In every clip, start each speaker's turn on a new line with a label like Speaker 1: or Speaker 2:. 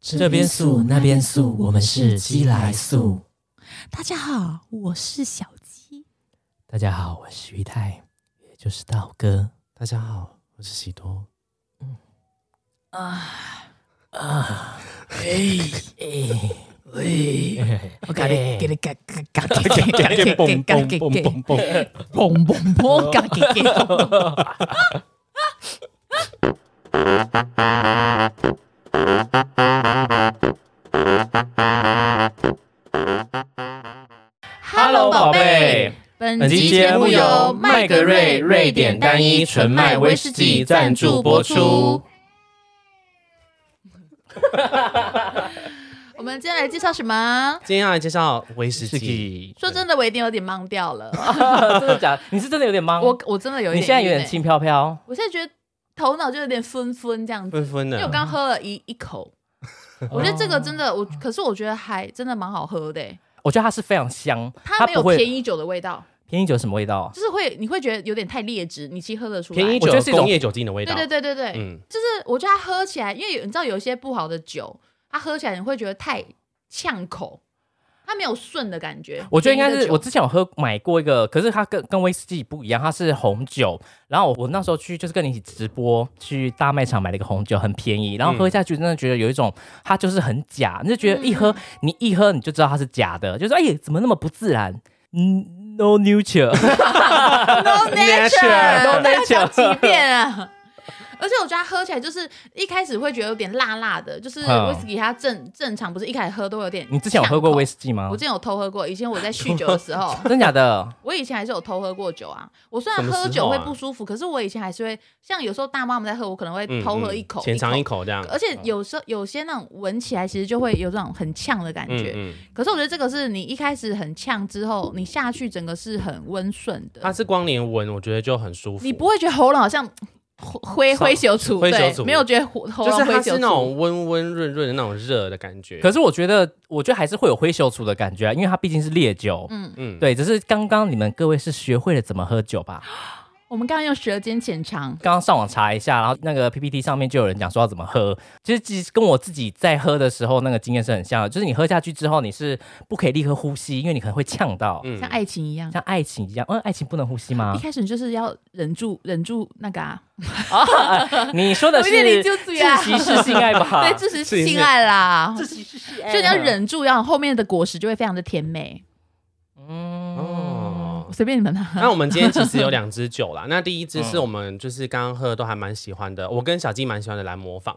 Speaker 1: 这边素那边素，我们是鸡来素。
Speaker 2: 大家好，我是小鸡。
Speaker 1: 大家好，我是于泰，也就是道哥。
Speaker 3: 大家好，我是喜多。
Speaker 1: 哎哎喂！
Speaker 2: 我给你给你给给给给
Speaker 3: 感
Speaker 2: 给
Speaker 3: 觉
Speaker 2: 给
Speaker 3: 蹦蹦
Speaker 2: 给
Speaker 3: 蹦
Speaker 2: 给
Speaker 3: 蹦蹦，
Speaker 2: 嘣嘣嘣，嘎给给。
Speaker 3: Hello，宝贝。
Speaker 2: 本
Speaker 3: 本
Speaker 2: 期
Speaker 3: 期
Speaker 2: 节
Speaker 3: 节
Speaker 2: 目
Speaker 3: 目
Speaker 2: 由
Speaker 3: 由
Speaker 2: 麦
Speaker 3: 麦
Speaker 2: 格
Speaker 3: 格
Speaker 2: 瑞
Speaker 3: 瑞
Speaker 2: 瑞
Speaker 3: 瑞
Speaker 2: 典
Speaker 3: 典
Speaker 2: 单
Speaker 3: 单
Speaker 2: 一
Speaker 3: 一
Speaker 2: 纯
Speaker 3: 纯
Speaker 2: 麦
Speaker 3: 麦
Speaker 2: 威
Speaker 3: 威
Speaker 2: 士
Speaker 3: 士
Speaker 2: 忌
Speaker 3: 忌
Speaker 2: 赞
Speaker 3: 赞
Speaker 2: 助
Speaker 3: 助
Speaker 2: 播
Speaker 3: 播
Speaker 2: 出
Speaker 3: 出。
Speaker 2: 我们今天来介绍什么？
Speaker 3: 今天要来介绍威士
Speaker 1: 是
Speaker 3: 忌。
Speaker 1: 的，
Speaker 2: 说真的，我一定有点懵掉了。啊
Speaker 4: 真的假的？你是真的有点懵？
Speaker 2: 我我真的有一点，
Speaker 4: 你现在有点，轻飘飘，
Speaker 2: 我现在觉得头脑就有点昏昏这样子，
Speaker 3: 纷纷
Speaker 2: 因为我
Speaker 3: 的，
Speaker 2: 刚喝了一一口。
Speaker 3: 嗯
Speaker 2: 我觉得这个真的，我可是我觉得还真的蛮好喝的欸，
Speaker 4: 哦我觉得它是非常香，
Speaker 2: 它没有
Speaker 4: 不会
Speaker 2: 便宜酒的味道，
Speaker 4: 便宜酒什么味道啊？
Speaker 2: 就是会你会觉得有点太劣质，你其实喝得出来。
Speaker 3: 便宜酒
Speaker 4: 我觉得是一种
Speaker 3: 工业酒精的味道。
Speaker 2: 对对对对对，
Speaker 3: 嗯，
Speaker 2: 就是我觉得它喝起来，因为有你知道有一些不好的酒，它喝起来你会觉得太呛口，它没有顺的感觉。
Speaker 4: 我觉得应该
Speaker 2: 便宜的
Speaker 4: 是
Speaker 2: 酒
Speaker 4: 我之前有喝买过一个，可是它跟跟威士忌不一样，它是红酒。然后我我那时候去就是跟你一起直播去大卖场买了一个红酒，很便宜，然后喝下去真的觉得有一种它就是很假，你就觉得
Speaker 2: 嗯
Speaker 4: 一喝、你一喝你就知道它是假的，就是哎、怎么那么不自然？嗯，no nature，
Speaker 2: No
Speaker 4: Nature，No
Speaker 2: nature，大概讲
Speaker 4: nature
Speaker 2: 几遍啊？而且我觉得它喝起来就是一开始会觉得有点辣辣的，就是
Speaker 4: 嗯
Speaker 2: 威士忌它正正常不是一开始喝都有点。
Speaker 4: 你之前有喝过威？士忌吗
Speaker 2: 我？之前有偷喝过，以前我在酗酒的时 候，
Speaker 4: 真假的？
Speaker 2: 我以前还是有偷喝过酒啊。我虽然
Speaker 3: 什么时候啊
Speaker 2: 喝酒会不舒服，可是我以前还是会，像有时候大妈们在喝，我可能会
Speaker 3: 嗯
Speaker 2: 偷喝
Speaker 3: 嗯
Speaker 2: 一口，
Speaker 3: 浅尝
Speaker 2: 一
Speaker 3: 一口这样
Speaker 2: 口。。而且有时候有些那种闻起来其实就会有这种很呛的感觉，
Speaker 3: 嗯，
Speaker 2: 可是我觉得这个是你一开始很呛之后，你下去整个是很温顺的，
Speaker 3: 它是光连闻，我觉得就很舒服。
Speaker 2: 你不会觉得喉咙好像 灰灰朽处，
Speaker 3: 灰
Speaker 2: 对
Speaker 3: 朽，楚
Speaker 2: 没有觉得喉喉
Speaker 3: 就
Speaker 2: 咙
Speaker 3: 是
Speaker 2: 灰
Speaker 3: 它
Speaker 2: 朽
Speaker 3: 是
Speaker 2: 处。
Speaker 3: 那种温温润润的那种热的感觉。
Speaker 4: 可是我觉得，我觉得还是会有灰袖处的感觉啊，因为它毕竟是烈酒。
Speaker 2: 嗯，
Speaker 3: 嗯，
Speaker 4: 对，只是刚刚你们各位是学会了怎么喝酒吧？
Speaker 2: 我们刚刚用舌尖浅尝，
Speaker 4: 刚刚上网查一下，然后那个 PPT 上面就有人讲说要怎么喝，其实其实跟我自己在喝的时候那个经验是很像的，就是你喝下去之后你是不可以立刻呼吸，因为你可能会呛到，
Speaker 3: 嗯
Speaker 2: 像爱情一样。
Speaker 4: 像爱情一样，嗯，爱情不能呼吸
Speaker 2: 一
Speaker 4: 吗？
Speaker 2: 开始你就是要忍住，忍住那个啊，
Speaker 4: 你说的
Speaker 2: 我
Speaker 4: 是
Speaker 2: 有点理解不了
Speaker 4: 窒息式性爱吧
Speaker 3: 啊
Speaker 2: 对，？这是性爱啦，啊就你
Speaker 3: 哎
Speaker 2: 要忍住，然后后面的果实就会非常的甜美。
Speaker 4: 嗯，
Speaker 3: 哦。
Speaker 2: 随便你们啊啦，
Speaker 3: 那我们今天其实有两支酒啦，那 第一支是我们就是刚刚喝的都还蛮喜欢的，我跟小鸡蛮喜欢的蓝模仿。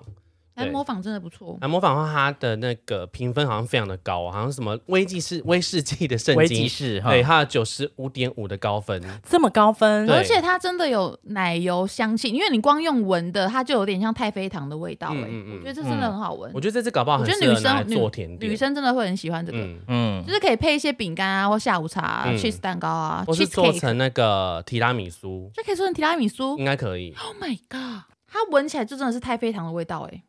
Speaker 2: 来
Speaker 3: 对
Speaker 2: 模仿真的不错。哦
Speaker 3: 蓝模仿的话，它的那个评分好像非常的高，好像什么威士是威士忌的圣
Speaker 4: 危
Speaker 3: 经
Speaker 4: 机，式哈，
Speaker 3: 对，它有九十五点五的高分，
Speaker 4: 这么高分，
Speaker 3: 对
Speaker 2: 而且它真的有奶油香气，因为你光用闻的，它就有点像太妃糖的味道哎、
Speaker 3: 嗯嗯嗯嗯
Speaker 2: 我觉得这真的很好闻。
Speaker 3: 我觉得这支搞不好
Speaker 2: 我
Speaker 3: 很
Speaker 2: 觉
Speaker 3: 适
Speaker 2: 得女
Speaker 3: 合拿来
Speaker 2: 生
Speaker 3: 做甜
Speaker 2: 女
Speaker 3: 点，
Speaker 2: 女生真的会很喜欢这个，
Speaker 3: 嗯，
Speaker 4: 嗯
Speaker 2: 就是可以配一些饼干啊，或下午茶、啊
Speaker 3: 嗯
Speaker 2: cheese 蛋糕啊
Speaker 3: 或是
Speaker 2: ，cheese
Speaker 3: 做
Speaker 2: cake，
Speaker 3: 成嗯那个提拉米苏，
Speaker 2: 就可以做成提拉米苏。
Speaker 3: 应该可以。
Speaker 2: Oh my god！它闻起来就真的是太妃糖的味道 哎、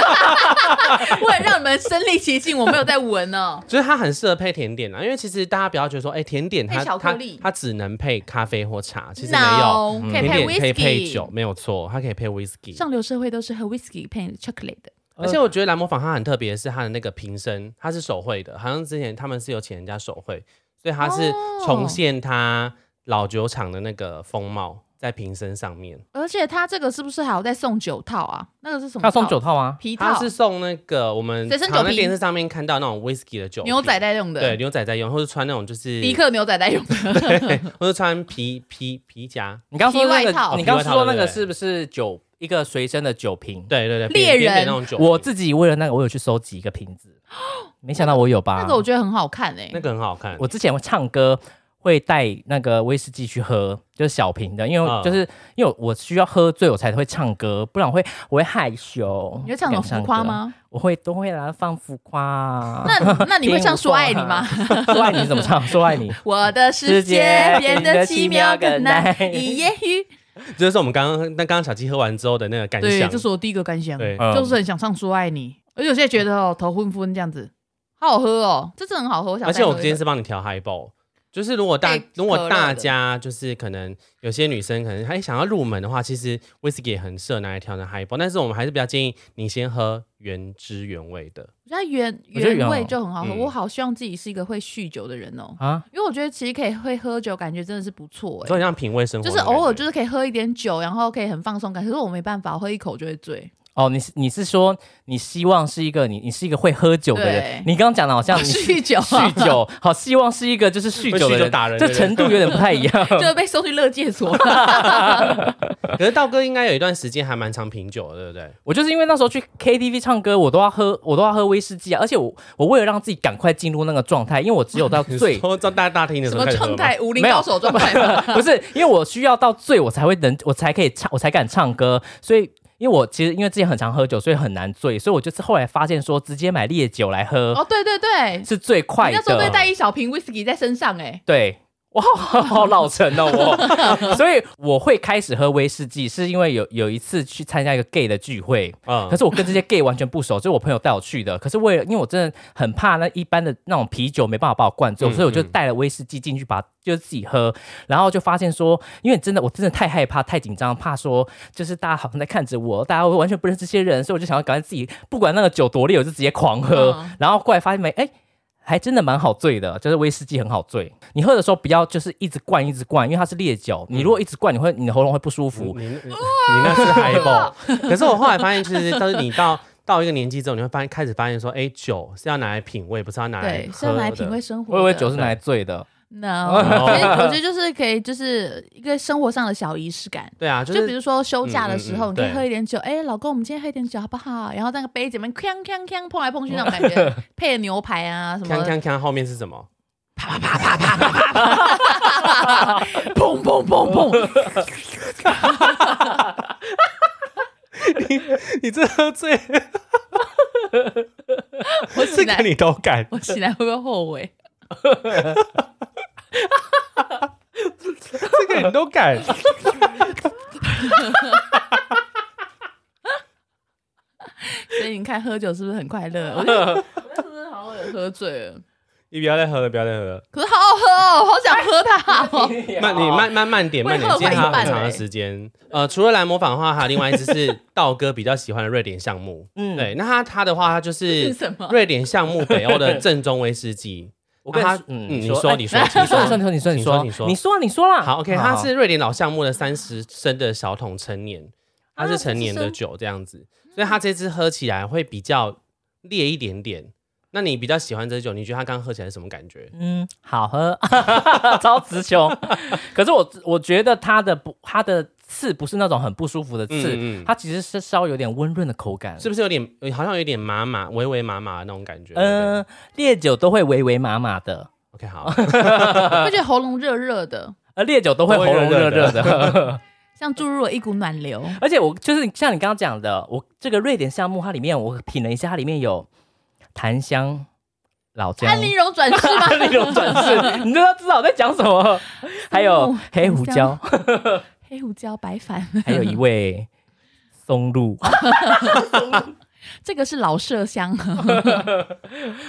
Speaker 2: 为了让你们身临其境，我没有在闻哦呢。
Speaker 3: 就是它很适合配甜点啊，因为其实大家不要觉得说，哎、甜点它
Speaker 2: 配巧克
Speaker 3: 它
Speaker 2: 力
Speaker 3: 它只能配咖啡或茶，其实没有，
Speaker 2: No，
Speaker 4: 嗯
Speaker 2: 可以
Speaker 3: 甜
Speaker 2: 配
Speaker 3: 点可以配
Speaker 2: whisky。
Speaker 3: 酒，没有错，它可以配 whisky。
Speaker 2: 上流社会都是喝 whisky 配 chocolate 的。
Speaker 3: 而且我觉得蓝模仿它很特别，是它的那个瓶身，它是手绘的，好像之前他们是有请人家手绘，所以它是
Speaker 2: 哦
Speaker 3: 重现它老酒厂的那个风貌在瓶身上面。
Speaker 2: 而且它这个是不是还有在送酒套啊？那个是什么套？
Speaker 4: 他送酒套吗？
Speaker 2: 皮套
Speaker 3: 它，是送那个我们
Speaker 2: 随身酒
Speaker 3: 常在
Speaker 2: 瓶
Speaker 3: 电视上面看到那种 whisky 的酒瓶
Speaker 2: 牛仔在用的，
Speaker 3: 对，牛仔在用，或是穿那种就是
Speaker 2: 迪克牛仔在用的。
Speaker 3: 或是穿皮皮皮夹，
Speaker 4: 你刚说那
Speaker 2: 皮外套
Speaker 4: 个，你刚说那
Speaker 3: 哦皮外套对
Speaker 4: 个
Speaker 3: 不对
Speaker 4: 是不是酒一个随身的酒瓶？
Speaker 3: 对对对，扁
Speaker 2: 猎
Speaker 3: 扁
Speaker 2: 人
Speaker 3: 的那种酒瓶，
Speaker 4: 我自己为了那个，我有去收集一个瓶 子，没想到我有吧？
Speaker 2: 那个我觉得很好看哎、
Speaker 3: 那个很好看，
Speaker 4: 我之前会唱歌会带那个威士忌去喝，就是小瓶的，因
Speaker 3: 嗯
Speaker 2: 啊
Speaker 4: 为就是、因为我需要喝醉我才会唱歌，不然我会我会害羞。
Speaker 2: 你会唱那种
Speaker 4: 不敢
Speaker 2: 浮夸
Speaker 4: 歌？
Speaker 2: 吗？
Speaker 4: 我会都会来放浮夸 啊。
Speaker 2: 那那你会唱《说爱你》吗？
Speaker 4: 吗？说爱你怎么唱？说爱你。
Speaker 2: 我的世界变得奇妙更难以言喻。
Speaker 3: 这就是我们刚刚那刚刚小鸡喝完之后的那个感
Speaker 2: 对，
Speaker 3: 想，
Speaker 2: 这是我第一个感想，
Speaker 3: 对
Speaker 4: 嗯
Speaker 2: 就是很想唱《说爱你》，而且我现在觉得哦，头昏昏这样子，好好喝哦，这真的很好喝。我想
Speaker 3: 而
Speaker 2: 再
Speaker 3: 且
Speaker 2: 喝一
Speaker 3: 我
Speaker 2: 个
Speaker 3: 今天是帮你调 high ball，就是如果大
Speaker 2: 被
Speaker 3: 如果大
Speaker 2: 可乐的
Speaker 3: 家就是可能有些女生可能哎还想要入门的话，其实威士忌也很适合拿来调成 highball，但是我们还是比较建议你先喝原汁原味的。
Speaker 2: 我觉得原
Speaker 4: 我觉得原
Speaker 2: 原味就很好喝。
Speaker 3: 嗯
Speaker 2: 我好希望自己是一个会酗酒的人哦，
Speaker 4: 啊，
Speaker 2: 因为我觉得其实可以会喝酒，感觉真的是不错
Speaker 3: 所
Speaker 2: 哎、
Speaker 3: 以像品味生活
Speaker 2: 就
Speaker 3: 的
Speaker 2: 是
Speaker 3: 感觉，
Speaker 2: 偶尔就是可以喝一点酒，然后可以很放松感。可是我没办法，我喝一口就会醉。
Speaker 4: 哦，你是你是说你希望是一个你你是一一个会喝酒的人
Speaker 2: 对？
Speaker 4: 你刚刚讲的好像
Speaker 2: 哦
Speaker 4: 你是
Speaker 2: 酗酒啊
Speaker 4: 酗酒，好希望是一个就是酗
Speaker 3: 会
Speaker 4: 酒的
Speaker 3: 酗
Speaker 4: 人，
Speaker 3: 酒打人的
Speaker 4: 这
Speaker 3: 人
Speaker 4: 程度有点不太一样。
Speaker 2: 就被送去乐界所。
Speaker 3: 可是道哥应该有一段时间还蛮常品酒的，对不对？
Speaker 4: 我就是因为那时候去 KTV 唱歌，我都要喝，我都要喝威士忌啊，而且我我为了让自己赶快进入那个状态，因为我只有到醉
Speaker 3: 你，说在大大厅的
Speaker 2: 什
Speaker 3: 时候
Speaker 2: 么
Speaker 3: 开始喝吗
Speaker 2: 状？态？武林
Speaker 4: 没有
Speaker 2: 高手 状态吗？
Speaker 4: 不是因为我需要到醉，我才会能，我才可以唱，我才敢唱歌，所以。因为我其实因为之前很常喝酒，所以很难醉，所以我就是后来发现说，直接买烈酒来喝、
Speaker 2: 哦，对对 对，你
Speaker 4: 是最快的。
Speaker 2: 那时候被带一小瓶 whisky 在身上哎、
Speaker 4: 对，我好好好老成哦， 我，所以我会开始喝威士忌，是因为有有一次去参加一个 gay 的聚会。
Speaker 3: 嗯
Speaker 4: 可，是我跟这些 gay 完全不熟，就是我朋友带我去的。可是为了，因为我真的很怕那一般的那种啤酒没办法把我灌醉，
Speaker 3: 嗯
Speaker 4: 所以我就
Speaker 3: 嗯
Speaker 4: 带了威士忌进去把，就是自己喝。然后就发现说，因为真的我真的太害怕、太紧张，怕说就是大家好像在看着我，大家会完全不认识这些人，所以我就想要赶快自己不管那个酒多烈，我就直接狂喝。
Speaker 2: 嗯
Speaker 4: 然后过来发现没，哎、还真的蛮好醉的，就是威士忌很好醉。你喝的时候不要就是一直灌一直灌，因为它是烈酒，
Speaker 3: 嗯
Speaker 4: 你如果一直灌，你会你的喉咙会不舒服。
Speaker 3: 你你你那是 highball。可 是我后来发现，其实就是你到到一个年纪之后，你会发现开始发现说，哎，酒是要拿来品味，不是要拿来
Speaker 2: 对，是
Speaker 3: 哎喝
Speaker 2: 要拿来
Speaker 3: 的
Speaker 2: 品味生活
Speaker 4: 我
Speaker 2: 的。
Speaker 4: 以为酒是拿来醉的，
Speaker 2: no，所
Speaker 3: 哦
Speaker 2: 以我觉得就是可以，就是一个生活上的小仪式感。
Speaker 3: 对啊，就
Speaker 2: 就比
Speaker 3: 是
Speaker 2: 如说休假的时
Speaker 3: 嗯嗯嗯
Speaker 2: 候，你可以
Speaker 3: 对
Speaker 2: 喝一点酒，哎、老公，我们今天喝一点酒好不好？然后那个杯子里面锵锵锵碰来碰去那种感 觉，配牛排啊什么
Speaker 3: 锵锵锵后面是什么？
Speaker 2: 砰砰砰砰，
Speaker 3: 你这喝醉，
Speaker 2: 我醒
Speaker 3: 这个
Speaker 2: 来，
Speaker 3: 你都敢？
Speaker 2: 我醒来会不会后悔？
Speaker 3: 这个你都敢？
Speaker 2: 所以你看喝酒是不是很快乐？我觉得我是不是好像有喝醉了？
Speaker 3: 你不要再喝了，不要再喝了。
Speaker 2: 可是好好喝哦，好想喝它 哦。
Speaker 3: 慢，你慢慢慢点，
Speaker 2: 我也
Speaker 3: 慢点，
Speaker 2: 喝
Speaker 3: 今天还
Speaker 2: 快
Speaker 3: 有
Speaker 2: 一半
Speaker 3: 很长
Speaker 2: 了
Speaker 3: 的
Speaker 2: 欸
Speaker 3: 时间。呃，除了蓝模仿的话，还有另外一支 是道哥比较喜欢的瑞典橡木。
Speaker 4: 嗯
Speaker 3: 对，那他他的话，他就是是
Speaker 2: 什么？
Speaker 3: 瑞典橡木北欧的正宗威士忌。
Speaker 4: 我跟
Speaker 3: 那
Speaker 4: 他
Speaker 3: 他，
Speaker 4: 嗯，
Speaker 3: 嗯，你说，
Speaker 4: 哎
Speaker 3: 你说，
Speaker 4: 你
Speaker 3: 请
Speaker 4: 说，你说，你说，你
Speaker 3: 请
Speaker 4: 说，
Speaker 3: 说
Speaker 4: 你
Speaker 3: 你说
Speaker 4: 说，你说啊，你说啦。
Speaker 3: 好，OK，它是瑞典老橡木的三十升的小桶陈年，它
Speaker 2: 啊
Speaker 3: 是嗯陈年
Speaker 2: 30
Speaker 3: 的
Speaker 2: 升
Speaker 3: 酒这样子，所以它这支喝起来会比较烈一点点。那你比较喜欢这支酒，你觉得它刚喝起来是什么感觉？
Speaker 4: 嗯，好喝， 超词穷。可是我我觉得它的不，它的刺不是那种很不舒服的刺，
Speaker 3: 嗯嗯
Speaker 4: 它其实是稍微有点温润的口感。
Speaker 3: 是不是有点呃好像有点麻麻、微微麻麻的那种感觉？嗯、
Speaker 4: 嗯、烈酒都会微微麻麻的，
Speaker 3: o k 好，
Speaker 2: 会觉得喉咙热热的，
Speaker 4: 呃，烈酒都会喉咙热热的。
Speaker 2: 像注入了一股暖流。
Speaker 4: 而且我就是像你刚刚讲的，我这个瑞典项目它里面我品了一下，它里面有檀香、老姜、
Speaker 2: 安陵容转世吗？
Speaker 4: 那种转世，你都要知道我在讲什么。还有黑胡椒，
Speaker 2: 黑胡椒、白矾，
Speaker 4: 还有一味松露，
Speaker 2: 这个是老麝香，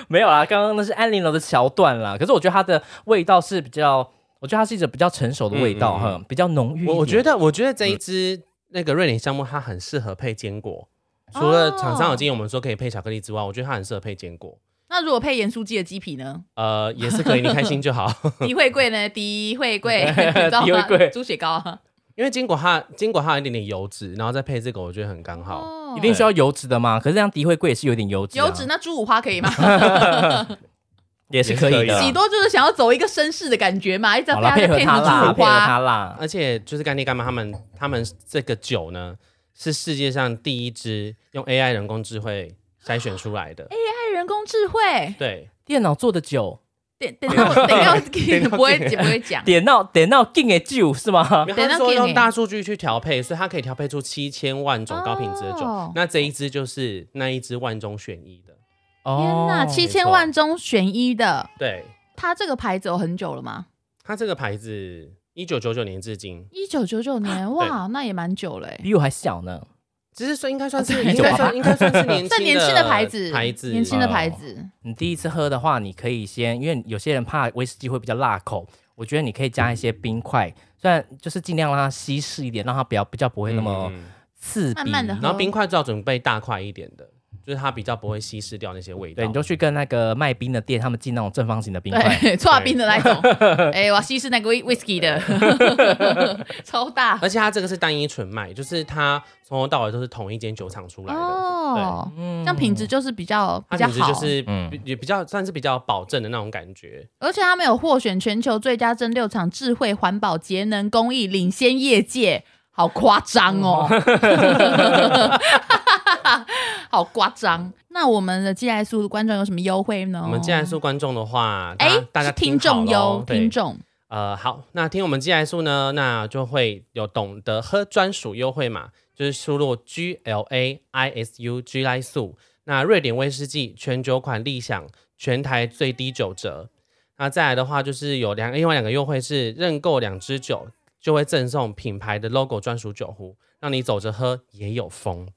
Speaker 4: 没有啦，刚刚那是安陵容的桥段啦。可是我觉得它的味道是比较，我觉得它是一种比较成熟的味道，
Speaker 3: 嗯嗯
Speaker 4: 哈、比较浓郁一点。
Speaker 3: 我我觉得我觉得这一支那个瑞典橡木它很适合配坚果，除了厂商有建议我们说可以配巧克力之外，我觉得它很适合配坚果。
Speaker 2: 那如果配盐酥鸡的鸡皮呢？
Speaker 3: 呃，也是可以，你开心就好。
Speaker 2: 迪惠贵呢？迪惠贵，你知道
Speaker 4: 迪惠
Speaker 2: 吗
Speaker 4: 贵？
Speaker 2: 猪血糕啊，
Speaker 3: 因为坚果它坚果它有一点点油脂，然后再配这个，我觉得很刚好。
Speaker 2: 哦
Speaker 4: 一定需要油脂的嘛。可是这样迪惠贵也是有点油脂、啊，
Speaker 2: 油脂。那猪五花可以 吗？
Speaker 4: 也是可以
Speaker 3: 也是可以
Speaker 4: 的。
Speaker 3: 啊
Speaker 2: 喜多就是想要走一个绅士的感觉嘛，一直
Speaker 4: 好
Speaker 2: 要
Speaker 4: 啦，
Speaker 2: 配
Speaker 4: 配
Speaker 2: 它
Speaker 4: 合
Speaker 2: 配什么猪五
Speaker 4: 它啦，啊配合
Speaker 2: 花，
Speaker 4: 它啦。
Speaker 3: 而且就是干爹干妈他们他们这个酒呢，是世界上第一支用 AI 人工智慧筛选出来的。
Speaker 2: 配人工智慧。
Speaker 3: 对，
Speaker 4: 电脑做的酒，
Speaker 2: 等等等一下，我 不会不会讲。
Speaker 4: 点到点到劲的酒是吗？
Speaker 3: 然后
Speaker 2: 等到
Speaker 3: 他说
Speaker 2: King
Speaker 3: 用
Speaker 2: 欸
Speaker 3: 大数据去调配，所以它可以调配出七千万种高品质的酒。
Speaker 2: 哦
Speaker 3: 那这一支就是那一支万中选一的。
Speaker 4: 哦
Speaker 2: 天哪，七千万中选一的，
Speaker 3: 对，
Speaker 2: 它这个牌子有很久了吗？
Speaker 3: 它这个牌子一九九九年至今，
Speaker 2: 一九九九年，哇，那也蛮久了欸。
Speaker 4: 比我还小呢。
Speaker 3: 只是说应该算是
Speaker 4: 啊对
Speaker 3: 应该算应该算是 年轻
Speaker 2: 但哦年轻的牌子，
Speaker 3: 牌子
Speaker 2: 年轻的牌
Speaker 4: 哦
Speaker 2: 子，
Speaker 4: 你第一次喝的话，你可以先，因为有些人怕威士忌会比较辣口，我觉得你可以加一些冰块，虽然就是尽量让它稀释一点，让它比较比较不会那么
Speaker 3: 嗯
Speaker 4: 刺鼻。
Speaker 2: 慢慢地喝
Speaker 3: 然后冰块就要准备大块一点的，就是它比较不会稀释掉那些味道。
Speaker 4: 对，你就去跟那个卖冰的店，他们进那种正方形的冰 块，
Speaker 2: 对，搓冰的那一种。 哎、我要稀释那个威 whisky 的，超大
Speaker 3: 而且它这个是单一纯麦，就是它从头到尾都是同一间酒厂出来的，
Speaker 2: 哦，
Speaker 4: 嗯
Speaker 2: 这样品质就是比较比
Speaker 3: 它
Speaker 2: 较
Speaker 3: 品质
Speaker 2: 好，
Speaker 3: 就是
Speaker 4: 嗯
Speaker 3: 比也比较算是比较保证的那种感觉。
Speaker 2: 而且他们有获选全球最佳蒸馏厂智慧环保节能工艺，领先 业界，好夸张哦！
Speaker 3: 嗯
Speaker 2: 好夸张。那我们的寄来素观众有什么优惠呢？
Speaker 3: 我们既然说观众的话，
Speaker 2: 哎、
Speaker 3: 大大家
Speaker 2: 哦是听众
Speaker 3: 哟
Speaker 2: 优，，听众
Speaker 3: 呃，好，那听我们寄来数呢，那就会有懂得喝专属优惠码，就是输入 G L A I S U G 来素。那瑞典威士忌全酒款立享，全台最低九折。那再来的话，就是有两另外两个优惠是认购两支酒，就会赠送品牌的 logo 专属酒壶，让你走着喝也有风。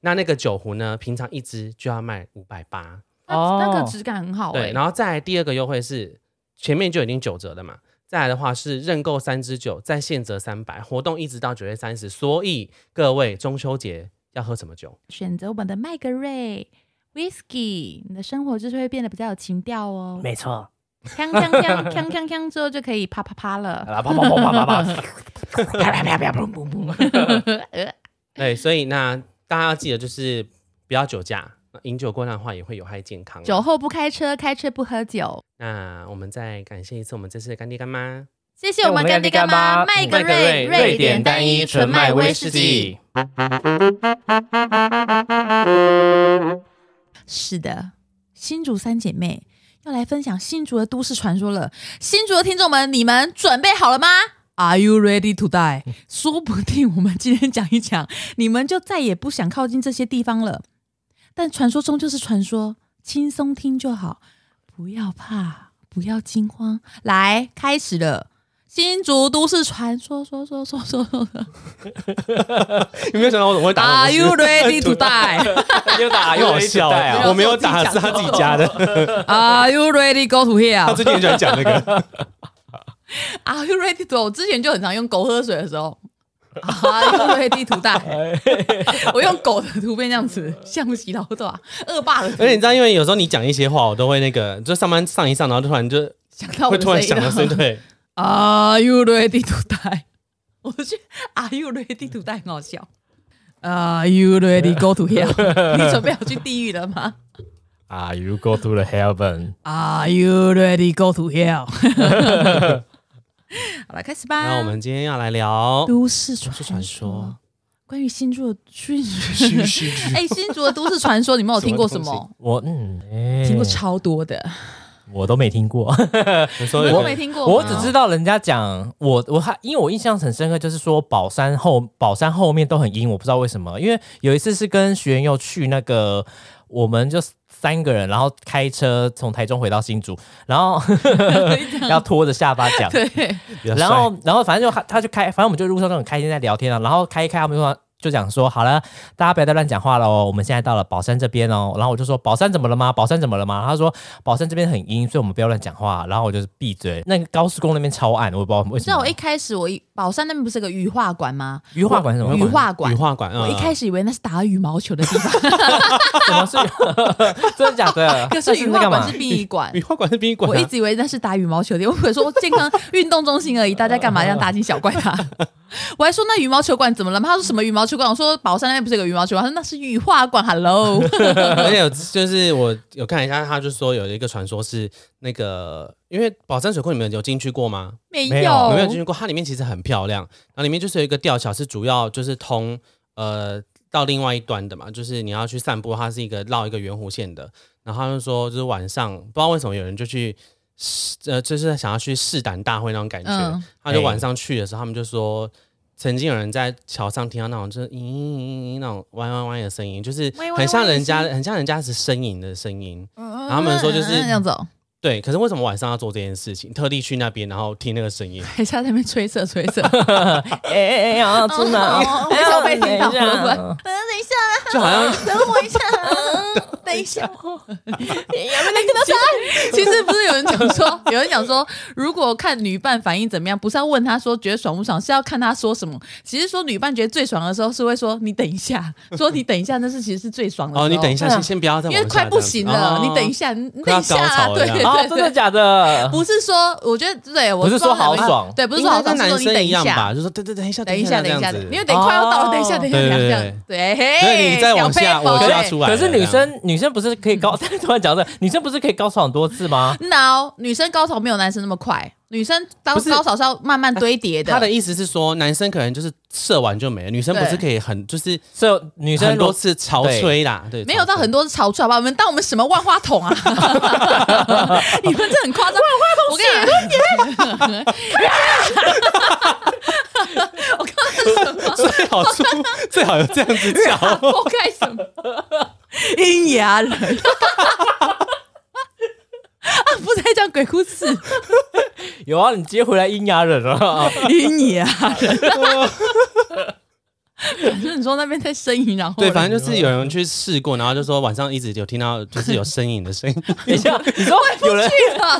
Speaker 3: 那那个酒壶呢，平常一支就要卖五百八，
Speaker 2: 那、
Speaker 4: 哦
Speaker 2: 那个质感很好哎、
Speaker 5: 欸
Speaker 3: 对，然后再来第二个优惠是前面就已经九折了嘛，再来的话是认购三支酒再现折三百，活动一直到九月三十，所以各位中秋节要喝什么酒？
Speaker 2: 选择我们的麦格瑞 whisky，你的生活就是会变得比较有情调哦。
Speaker 4: 没错，
Speaker 2: 锵锵锵锵锵锵之后就可以啪啪啪了。
Speaker 4: 啊，啪啪啪啪啪啪，
Speaker 2: 啪啪啪啪砰砰砰！
Speaker 3: 对，所以那大家要记得就是不要酒驾，饮酒过量的话也会有害健康。啊
Speaker 2: 酒后不开车，开车不喝酒。
Speaker 3: 那我们再感谢一次我们这次的干爹干妈。
Speaker 2: 谢谢我们干爹干妈麦格瑞瑞典单一纯麦威士忌。。是的，新竹三姐妹要来分享新竹的都市传说了。新竹的听众们，你们准备好了吗？Are you ready to die？说 不定我们今天讲一讲，你们就再也不想靠近这些地方了。但传说终究是传说，轻松听就好，不要怕，不要惊慌。来，开始了。新竹都市传说，说说说说说说
Speaker 3: 你没有想到我怎么会
Speaker 2: ，Are you ready to die？
Speaker 4: 又打
Speaker 5: 很好笑哎、
Speaker 2: 啊
Speaker 5: 我没有打，是他自己加 的。
Speaker 2: Are you ready go
Speaker 5: 他
Speaker 2: to hell？
Speaker 5: 最近很喜欢讲那 个，
Speaker 2: Are you ready to？我之前就很常用狗喝水的时候，Are you ready to die？我
Speaker 5: 哎
Speaker 2: 用狗的图片这样子，像洗头对吧？恶霸的图
Speaker 5: 而且你知道，因为有时候你讲一些话，我都会那个，就上班上一上，然后就突然就
Speaker 2: 想到我
Speaker 5: 会
Speaker 2: 的
Speaker 5: 突然想到
Speaker 2: 声
Speaker 5: 声，啊
Speaker 2: 音了
Speaker 5: 对，
Speaker 2: Are you ready to die？我去，Are you ready to die？很好笑。Are you ready go to hell？你准备要去地狱了吗
Speaker 5: 啊，You go to the heaven，
Speaker 2: ？Are you ready go to hell？好了，开始吧。
Speaker 3: 那我们今天要来聊
Speaker 2: 都市
Speaker 3: 都市传
Speaker 2: 传
Speaker 3: 说
Speaker 2: 说，关于新竹的新
Speaker 5: 虚虚
Speaker 2: 哎、新竹的都市传说，你们有听过什
Speaker 3: 什么
Speaker 2: 么？
Speaker 4: 我嗯，
Speaker 2: 听过超多的，
Speaker 4: 我都没听过，
Speaker 3: 你说
Speaker 2: 你
Speaker 3: 有
Speaker 2: 都
Speaker 3: 个
Speaker 2: 没听过吗。
Speaker 4: 我只知道人家讲我我还因为我印象很深刻，就是说宝山后宝山后面都很阴，我不知道为什么，因为有一次是跟学员又去那个，我们就三个人，然后开车从台中回到新竹，然后 要拖着下巴讲，
Speaker 2: 对，
Speaker 5: 比较帅
Speaker 4: 然后，然后反正就他他就开，反正我们就路上都很开心在聊天啊。然后开一开，他们就说就讲说好了，大家不要再乱讲话了哦。我们现在到了宝山这边哦。然后我就说宝山怎么了吗？宝山怎么了吗？他说宝山这边很阴，所以我们不要乱讲话。然后我就是闭嘴。那个高速公路那边超暗，我不知道为
Speaker 2: 你知
Speaker 4: 什
Speaker 2: 道
Speaker 4: 么
Speaker 2: 我一。开始我一宝山那边不是有个羽化馆吗？
Speaker 4: 鱼化馆是什么
Speaker 2: 羽化馆
Speaker 3: 羽。化馆，嗯
Speaker 2: 我一 开始以为那是打羽毛球的地方，
Speaker 4: 什么是 真的假的？
Speaker 2: 可
Speaker 4: 那
Speaker 2: 是羽
Speaker 4: 那
Speaker 2: 化
Speaker 4: 干嘛
Speaker 2: 馆是殡仪馆
Speaker 3: 羽。化馆是殡仪馆
Speaker 2: 我一
Speaker 3: 啊，
Speaker 2: 直以为那是打羽毛球的，我以为说健康运动中心而已，大家干嘛这样大惊小怪他？我还说那羽毛球馆怎么了吗？他说什么羽毛球馆？我说宝山那边不是有个羽毛球馆？他说那是羽化馆，Hello，
Speaker 3: 而且有就是我有看一下，他就说有一个传说是那个，因为宝山水库你们有进去过吗？
Speaker 2: 没
Speaker 4: 没有
Speaker 3: 我
Speaker 4: 哦
Speaker 3: 没有进去过，它里面其实很漂亮，然后里面就是有一个吊桥是主要就是通呃到另外一端的嘛，就是你要去散步，它是一个绕一个圆弧线的。然后他就说，就是晚上不知道为什么有人就去试呃，就是想要去试胆大会那种感觉，
Speaker 2: 嗯
Speaker 3: 他就晚上去的时候，他们就说。曾经有人在桥上听到那种就是嘤嘤嘤嘤那种弯弯弯的声音，就是
Speaker 2: 弯弯
Speaker 3: 很像
Speaker 2: 弯的嗯
Speaker 3: 人家
Speaker 2: 声
Speaker 3: 很像人家是呻吟的声音，
Speaker 2: 然
Speaker 3: 后他们说就是
Speaker 2: 这样子哦，
Speaker 3: 对，可是为什么晚上要做这件事情？特地去那边，然后听那个声音，
Speaker 2: 还是在那边吹色吹色，
Speaker 4: 哎哎哎呀，真的，
Speaker 2: 哦我想被听到
Speaker 4: 哎呀
Speaker 2: 我
Speaker 3: 就好像
Speaker 2: 等我 一下，等一下，其实不是有人讲说，有人讲说，如果看女伴反应怎么样，不是要问她说觉得爽不爽，是要看她说什么。其实说女伴觉得最爽的时候，是会说你等 一下，说你等一下，那是其实是最爽的时候。
Speaker 3: 哦，你等一下，
Speaker 4: 对啊
Speaker 3: 先先不要再往
Speaker 2: 因
Speaker 3: 下
Speaker 2: 嗯哦为快 不行了，你等一
Speaker 3: 下
Speaker 2: 下，你
Speaker 3: 哦快
Speaker 2: 等
Speaker 3: 要高
Speaker 2: 一下啊，
Speaker 3: 潮了
Speaker 2: 对
Speaker 3: 这
Speaker 2: 对
Speaker 3: 样
Speaker 4: 哦，
Speaker 2: 对
Speaker 4: 真的假的？
Speaker 2: 不是说，我觉得对我
Speaker 4: 不是
Speaker 2: 不知道
Speaker 4: 说好
Speaker 2: 哪位
Speaker 4: 爽
Speaker 2: 对，不
Speaker 3: 这样子，
Speaker 2: 是说好
Speaker 3: 应该跟
Speaker 2: 爽，
Speaker 3: 男
Speaker 2: 是说你等
Speaker 3: 生一
Speaker 2: 一
Speaker 3: 样
Speaker 2: 下
Speaker 3: 吧？，哦就说对对，等一下，
Speaker 2: 等一下，
Speaker 3: 这
Speaker 2: 等一
Speaker 3: 样
Speaker 2: 下，
Speaker 3: 子
Speaker 2: 因为等快要到了，
Speaker 4: 哦
Speaker 2: 等一下，等一下，
Speaker 3: 对
Speaker 2: 等一
Speaker 3: 对
Speaker 2: 下
Speaker 3: 对，
Speaker 2: 对，
Speaker 3: 所以
Speaker 2: 所
Speaker 3: 你再往下我就要
Speaker 4: 是
Speaker 3: 出来了
Speaker 4: 可是女
Speaker 3: 这
Speaker 4: 生女生不是可以高？ 突然讲这，女生不是可以高潮很多次 吗？
Speaker 2: no，女生高潮没有男生那么快，女生高
Speaker 3: 不是
Speaker 2: 高潮是要慢慢堆叠的。
Speaker 3: 他的意思是说，男生可能就是射完就没了，女生不
Speaker 2: 对
Speaker 3: 是可以很就是
Speaker 4: 所以女生
Speaker 3: 很
Speaker 4: 如
Speaker 3: 多
Speaker 4: 果
Speaker 3: 次潮吹啦，对，
Speaker 2: 没有到
Speaker 3: 潮吹
Speaker 2: 很多潮出来吧？我们当我们什么万花筒啊？ 你们这很夸张，万花筒，我跟你讲， 我刚刚是什么？
Speaker 3: 最好出最好有这样子叫，
Speaker 2: 我干什么？阴阳人。啊，不是在讲鬼故事，
Speaker 4: 有啊，你接回来阴阳人啊 了。
Speaker 2: 阴阳人。反正你说那边在呻吟，然后
Speaker 3: 对，
Speaker 2: 嘞
Speaker 3: 反正就是有
Speaker 2: 嗯
Speaker 3: 人去试过，然后就说晚上一直有听 到就是有呻吟的声音，
Speaker 4: 等一下，你说有人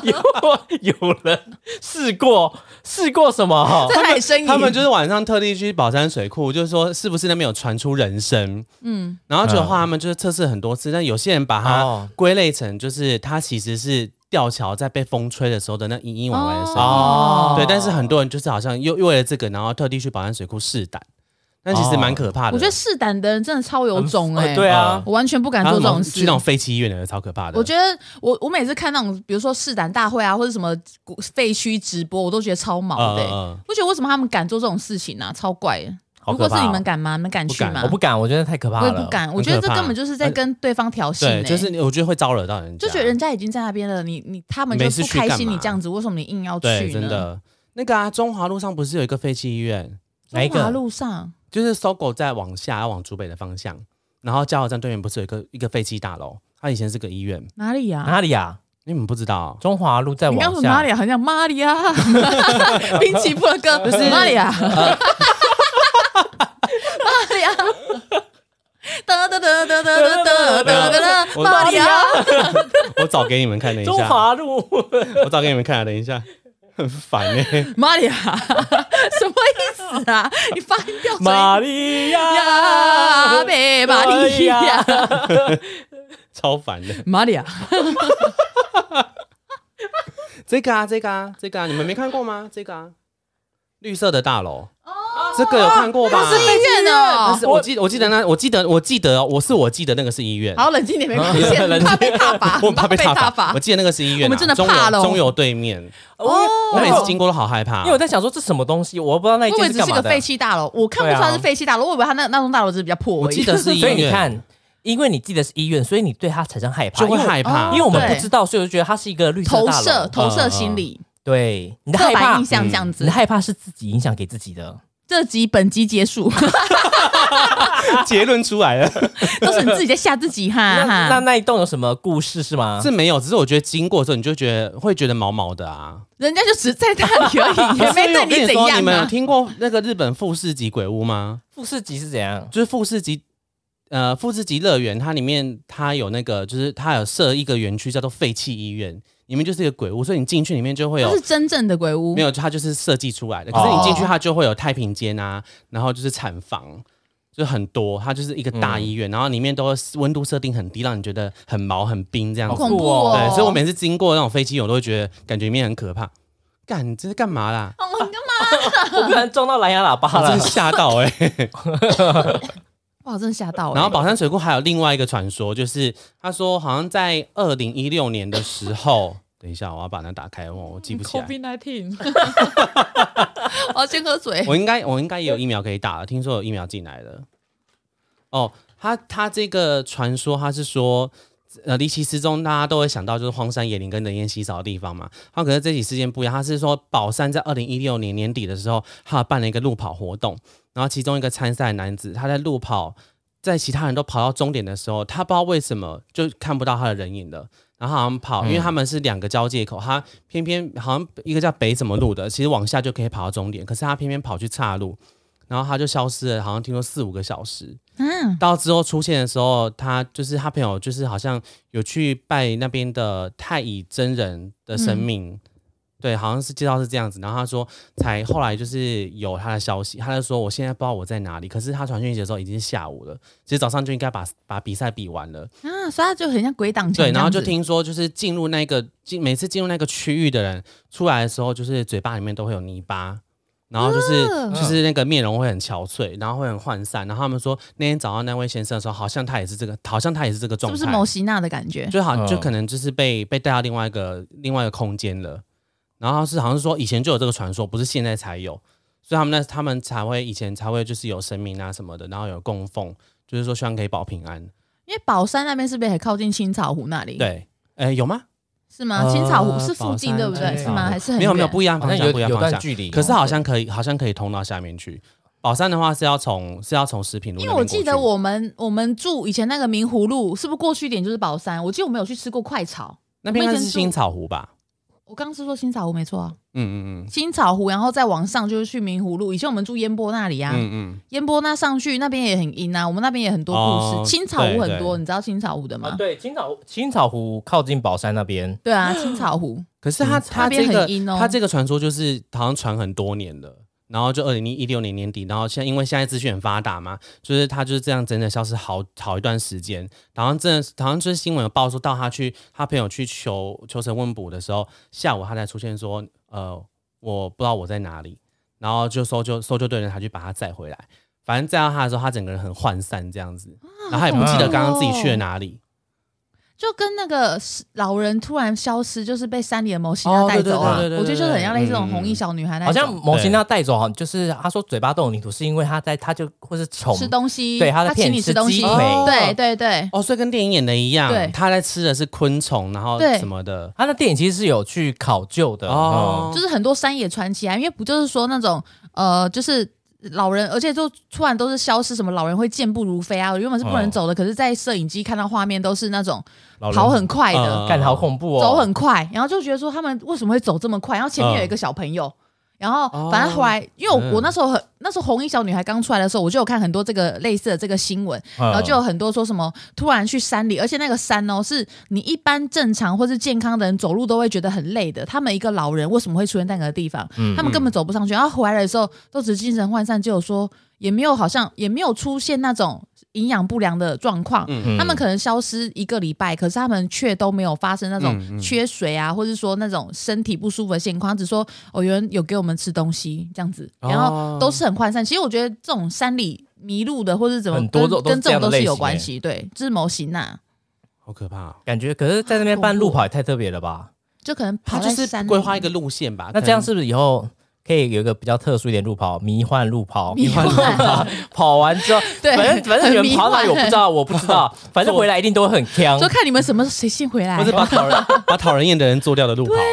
Speaker 4: 有 有人试过试过 什么？
Speaker 2: 在那里呻吟，
Speaker 3: 他们就是晚上特地去宝山水库，就是说是不是那边有传出人声？嗯，然后就的话，他们就是测试很多次，但有些人把它
Speaker 4: 哦
Speaker 3: 归类成就是它其实是吊桥在被风吹的时候的那隐隐往来的声音。
Speaker 4: 哦
Speaker 3: 对，但是很多人就是好像又又为了这个，然后特地去宝山水库试胆，但其实蛮可怕的。
Speaker 2: 哦我觉得试胆的人真的超有种哎、
Speaker 4: 呃对啊，
Speaker 2: 我完全不敢
Speaker 3: 然
Speaker 2: 做
Speaker 3: 后
Speaker 2: 这
Speaker 3: 那
Speaker 2: 种
Speaker 3: 种
Speaker 2: 事
Speaker 3: 去那。种废弃医院的超可怕的。
Speaker 2: 我觉得我我每次看那种，比如说试胆大会啊，或者什么古废墟直播，我都觉得超毛的、欸。
Speaker 3: 嗯嗯嗯
Speaker 2: 我觉得为什么他们敢做这种事情呢、啊？超怪的、
Speaker 4: 好
Speaker 2: 如果
Speaker 4: 可
Speaker 2: 是
Speaker 4: 怕哦
Speaker 2: 你们敢吗？你们敢去吗？
Speaker 4: 我不敢，我觉得太可怕
Speaker 2: 我
Speaker 4: 了。
Speaker 2: 也不敢。我
Speaker 3: 很
Speaker 2: 觉得
Speaker 3: 可
Speaker 2: 这
Speaker 3: 怕
Speaker 2: 根本就是在跟对方挑衅、欸
Speaker 3: 对，就是你我觉得会招惹到人家，
Speaker 2: 就觉得人家已经在那边了，你你他们就
Speaker 3: 没事
Speaker 2: 不
Speaker 3: 去
Speaker 2: 开
Speaker 3: 干
Speaker 2: 心，你
Speaker 3: 嘛
Speaker 2: 这样子，为什么你硬要去呢？
Speaker 3: 对，真，的。那个啊，中华路上不是有一个废弃医院？
Speaker 4: 哪一个
Speaker 2: 路上
Speaker 3: 就是搜狗在往下，要往竹北的方向，然后加油站对面不是有一个一个废弃大楼？它以前是个医院，
Speaker 2: 哪里呀、啊？
Speaker 4: 哪里啊？
Speaker 3: 你们不知 道？
Speaker 4: 中华路再
Speaker 2: 你刚
Speaker 4: 往
Speaker 2: 说
Speaker 4: 下
Speaker 2: 哪里啊？好像玛利亚，滨崎步的歌，不是玛利亚，玛利亚，哒哒哒哒哒哒哒哒哒哒，
Speaker 3: 我
Speaker 2: 玛利亚，
Speaker 3: 我找给你们看，等一
Speaker 4: 中
Speaker 3: 下，
Speaker 4: 华路
Speaker 3: 我找给你们看，等一下，很烦哎、
Speaker 2: 玛利亚，什么意思啊？你发音标准
Speaker 4: 玛利亚
Speaker 2: 呀， 贝玛利亚，
Speaker 3: 超烦的。
Speaker 2: 玛利亚，
Speaker 3: 这个啊，这个啊，这个啊，你们没看过吗？这个啊，绿色的大楼，这个有看过吧？
Speaker 2: 医院
Speaker 3: 但
Speaker 2: 哦。
Speaker 3: 是我记我记得那我记得我记得哦我是我记得那个是医院，
Speaker 2: 好，冷静点，没关系，怕被踏 伐，
Speaker 3: 我怕被
Speaker 2: 踏
Speaker 3: 踏伐，我记得那个是医院啊，
Speaker 2: 我们真的
Speaker 3: 中
Speaker 2: 怕
Speaker 3: 油
Speaker 2: 了哦
Speaker 3: 中油对面，
Speaker 4: 哦，
Speaker 3: 我每
Speaker 4: 然后
Speaker 3: 次经过都好害怕
Speaker 4: 因为。我在想说这什么东西，我不知道那一
Speaker 2: 我以为
Speaker 4: 间
Speaker 2: 只
Speaker 4: 干
Speaker 2: 是
Speaker 4: 嘛
Speaker 2: 个
Speaker 4: 的
Speaker 2: 废。弃大楼，我看不出来是废弃大楼，我以为他那那栋大楼只是比较破而已。
Speaker 3: 我记得是医
Speaker 4: 所以
Speaker 3: 院，
Speaker 4: 你看，因为你记得是医院，所以你对它产生害怕，
Speaker 3: 就会
Speaker 4: 因为
Speaker 3: 害怕，
Speaker 2: 哦
Speaker 4: 因为我们
Speaker 2: 对
Speaker 4: 不知道，所以我就觉得它是一个绿色
Speaker 2: 投
Speaker 4: 大
Speaker 2: 射
Speaker 3: 嗯
Speaker 4: 楼。
Speaker 2: 投射心理，
Speaker 4: 对，你的
Speaker 2: 刻
Speaker 4: 害
Speaker 2: 板
Speaker 4: 怕
Speaker 2: 印，象这样
Speaker 4: 你
Speaker 2: 子
Speaker 4: 的。害怕是自己影响给自己的。
Speaker 2: 这集本集结束，
Speaker 3: 结论出来了，
Speaker 2: 都是你自己在吓自 己啊哈
Speaker 4: 那那
Speaker 2: 哈。
Speaker 4: 那一栋有什么故事是吗？
Speaker 3: 是没有，只是我觉得经过之后，你就觉得会觉得毛毛的啊。
Speaker 2: 人家就只在那里 而已，也
Speaker 3: 可
Speaker 2: 没
Speaker 3: 是
Speaker 2: 对
Speaker 3: 我跟你
Speaker 2: 怎
Speaker 3: 说，你
Speaker 2: 样
Speaker 3: 们有
Speaker 2: 啊。
Speaker 3: 听过那个日本富士级鬼屋吗？
Speaker 4: 富士急是怎 样？
Speaker 3: 就是富士级，呃，富士级乐园，它里面它有那个，就是它有设一个园区叫做废弃医院，里面就是一个鬼屋，所以你进去里面就会
Speaker 2: 这
Speaker 3: 有
Speaker 2: 是真正的鬼屋
Speaker 3: 没，有，它就是设计出来的。可是你进去，
Speaker 2: 哦
Speaker 3: 它就会有太平间啊，然后就是产房，就很多。它就是一个大
Speaker 2: 嗯
Speaker 3: 医院，然后里面都是温度设定很低，让你觉得很毛很冰这样
Speaker 2: 好
Speaker 3: 子。
Speaker 2: 恐怖
Speaker 4: 好
Speaker 2: 哦
Speaker 4: 酷！
Speaker 3: 对，所以我每次经过那种飞机，我都会觉得感觉里面很可怕。干，你这是干嘛啦？
Speaker 2: 哦你干嘛
Speaker 4: 我不然撞到蓝牙喇叭
Speaker 3: 我
Speaker 4: 了
Speaker 3: 真的。吓到哎、
Speaker 2: 哇，真的吓到欸
Speaker 3: 然后宝山水库还有另外一个传说，就是他说好像在二零一六年的时候，等一下我要把它打开，我我记不起来。
Speaker 2: COVID nineteen，我要先喝水。
Speaker 3: 我应该我应该也有疫苗可以打了，听说有疫苗进来了。哦，他他这个传说，他是说，呃，离奇失踪，大家都会想到就是荒山野岭跟人烟稀少的地方嘛。他可是这起事件不一样，他是说宝山在二零一六年年底的时候，他有办了一个路跑活动，然后其中一个参赛男子他在路跑在其他人都跑到终点的时候，他不知道为什么就看不到他的人影了。然后好像跑，因为他们是两个交界口，他偏偏好像一个叫北怎么路的，其实往下就可以跑到终点，可是他偏偏跑去岔路，然后他就消失了，好像听说四五个小时。
Speaker 2: 嗯，
Speaker 3: 到之后出现的时候，他就是他朋友，就是好像有去拜那边的太乙真人的神明，对，好像是介绍是这样子。然后他说，才后来就是有他的消息，他就说我现在不知道我在哪里，可是他传讯息的时候已经是下午了，其实早上就应该把把比赛比完了。
Speaker 2: 啊，所以他就很像鬼挡墙这
Speaker 3: 对，
Speaker 2: 样子，
Speaker 3: 然后就听说就是进入那个进每次进入那个区域的人出来的时候，就是嘴巴里面都会有泥巴，然后就是、
Speaker 2: 嗯
Speaker 3: 就是那个面容会很憔悴，然后会很涣散。然后他们说那天找到那位先生的时候，好像他也是这个，好像他也是这个
Speaker 2: 是
Speaker 3: 状
Speaker 2: 不
Speaker 3: 态，
Speaker 2: 是某西娜的感觉？
Speaker 3: 就好
Speaker 4: 嗯
Speaker 3: 就可能就是被被带到另外一个另外一个空间了。然后是好像是说以前就有这个传说，不是现在才有，所以他们那他们才会以前才会就是有神明啊什么的，然后有供奉，就是说希望可以保平安。
Speaker 2: 因为宝山那边是不是也靠近青草湖那里？，
Speaker 3: 对，哎，有吗？
Speaker 2: 是吗？
Speaker 3: 呃
Speaker 2: 青草湖是附
Speaker 3: 宝
Speaker 2: 近
Speaker 3: 山
Speaker 2: 对不嗯对？啊
Speaker 3: 青
Speaker 2: 是
Speaker 3: 草湖
Speaker 2: 吗？还是很
Speaker 3: 没有没有
Speaker 2: 远
Speaker 3: 不一样
Speaker 4: 好
Speaker 3: 方
Speaker 4: 像
Speaker 3: 向，
Speaker 4: 有
Speaker 3: 不一样
Speaker 4: 有
Speaker 3: 方
Speaker 4: 段
Speaker 3: 向。
Speaker 4: 距离，
Speaker 3: 可是好像可以，好像可以通到下面去。哦宝山的话是要从是要从食品路那
Speaker 2: 因
Speaker 3: 边
Speaker 2: 为
Speaker 3: 过
Speaker 2: 我
Speaker 3: 去，
Speaker 2: 记得我们我们住以前那个明湖路，是不是过去一点就是宝山？我记得我们有去吃过快炒，
Speaker 3: 那边应该
Speaker 2: 我
Speaker 3: 是
Speaker 2: 们以前住
Speaker 3: 新草湖吧？
Speaker 2: 我刚刚是说新草湖没错啊，
Speaker 3: 嗯嗯
Speaker 2: 新草湖，然后再往上就是去明湖路。以前我们住烟波那里啊，
Speaker 3: 嗯嗯嗯，
Speaker 2: 烟波那上去那边也很阴啊，我们那边也很多故事。
Speaker 3: 哦
Speaker 2: 青草湖很
Speaker 3: 对
Speaker 2: 多，
Speaker 3: 对
Speaker 2: 你知道青草湖的吗？
Speaker 4: 啊，对，青草青草湖靠近宝山那边，
Speaker 2: 对啊，青草湖。
Speaker 3: 可是他他
Speaker 2: 那边
Speaker 3: 这
Speaker 2: 很
Speaker 3: 个
Speaker 2: 阴哦
Speaker 3: 他这个传说就是好像传很多年了。然后就二零一六年年底，然后现在因为现在资讯很发达嘛，就是他就是这样真的消失好好一段时间。然后真的，好像就是新闻有报说到他去他朋友去求求神问卜的时候，下午他才出现说，呃，我不知道我在哪里。然后就搜救搜救队人才去把他载回来。反正载到他的时候，他整个人很涣散这样子，
Speaker 2: 啊
Speaker 3: 然后他也不记得
Speaker 2: 哦
Speaker 3: 刚刚自己去了哪里。
Speaker 2: 就跟那个老人突然消失，就是被山里的某西
Speaker 3: 哦
Speaker 2: 娜带
Speaker 3: 对对
Speaker 2: 走啊，
Speaker 3: 对对对
Speaker 2: 我觉得就是很像类似这
Speaker 3: 嗯
Speaker 2: 种红衣小女孩那
Speaker 4: 好
Speaker 2: 种，
Speaker 4: 像某些要带走，好像就是他说嘴巴都有泥土，是因为他在他就或是虫
Speaker 2: 吃东西，
Speaker 4: 对他在
Speaker 2: 他请
Speaker 4: 骗
Speaker 2: 你
Speaker 4: 你
Speaker 2: 吃
Speaker 4: 吃
Speaker 2: 东西，
Speaker 4: 鸡腿，
Speaker 3: 哦
Speaker 2: 对对对，
Speaker 3: 哦，所以跟电影演的一
Speaker 2: 对
Speaker 3: 样，他在吃的是昆虫，然后
Speaker 2: 对
Speaker 3: 什么的。
Speaker 4: 他啊的电影其实是有去考究的
Speaker 3: 哦
Speaker 4: 哦，
Speaker 2: 就是很多山野传奇啊，因为不就是说那种呃，就是老人，而且就突然都是消失，什么老人会健步如飞啊，原本是不能
Speaker 4: 嗯
Speaker 2: 走的，可是在摄影机看到画面都是那种
Speaker 4: 老人
Speaker 2: 跑很快的，
Speaker 3: 嗯
Speaker 4: 干得好恐怖哦，
Speaker 2: 走很快，然后就觉得说他们为什么会走这么快？然后前面有一个小朋友，
Speaker 4: 嗯
Speaker 2: 然后
Speaker 4: 哦
Speaker 2: 反正后来，因为我、
Speaker 3: 嗯
Speaker 2: 我那时候很那时候红衣小女孩刚出来的时候，我就有看很多这个类似的这个新闻，
Speaker 4: 嗯，
Speaker 2: 然后就有很多说什么突然去山里，而且那个山哦，是你一般正常或是健康的人走路都会觉得很累的。他们一个老人为什么会出现在那个地方？
Speaker 4: 嗯
Speaker 2: 他们根本走不上去。然后回来的时候都只是精神涣散，就有说也没有好像也没有出现那种营养不良的状况。
Speaker 4: 嗯
Speaker 2: 他们可能消失一个礼拜，可是他们却都没有发生那
Speaker 4: 嗯
Speaker 2: 种缺水啊，或者说那种身体不舒服的现况，只说哦有人有给我们吃东西这样子，
Speaker 4: 哦
Speaker 2: 然后都是很涣散。其实我觉得这种山里迷路的或者怎么，
Speaker 4: 很多
Speaker 2: 跟
Speaker 4: 都
Speaker 2: 跟这
Speaker 4: 都是
Speaker 2: 种
Speaker 4: 这样的
Speaker 2: 都
Speaker 4: 类
Speaker 2: 是
Speaker 4: 型
Speaker 2: 有关系。对，智谋型啊呐，
Speaker 3: 好可怕、哦！
Speaker 4: 感觉，可是在那
Speaker 2: 啊
Speaker 4: 边办路跑也太特别了吧？
Speaker 2: 就可能
Speaker 3: 他
Speaker 2: 跑
Speaker 3: 就
Speaker 2: 在
Speaker 3: 是
Speaker 2: 山里
Speaker 3: 规划一个路线吧。
Speaker 4: 那这样
Speaker 3: 啊可能
Speaker 4: 是不是以后可以有一个比较特殊一点路跑，迷幻路跑？
Speaker 2: 迷幻
Speaker 4: 跑，跑完之后，
Speaker 2: 对
Speaker 4: 反正反正
Speaker 2: 很
Speaker 4: 你
Speaker 2: 迷
Speaker 4: 们跑到哪里我
Speaker 2: 幻
Speaker 4: 不知道，我不 知道，反正回来一定都会很呛
Speaker 2: 就。看你们什么时候谁先回来
Speaker 3: 或。者把讨人 把讨人厌的人做掉的路跑？
Speaker 2: 啊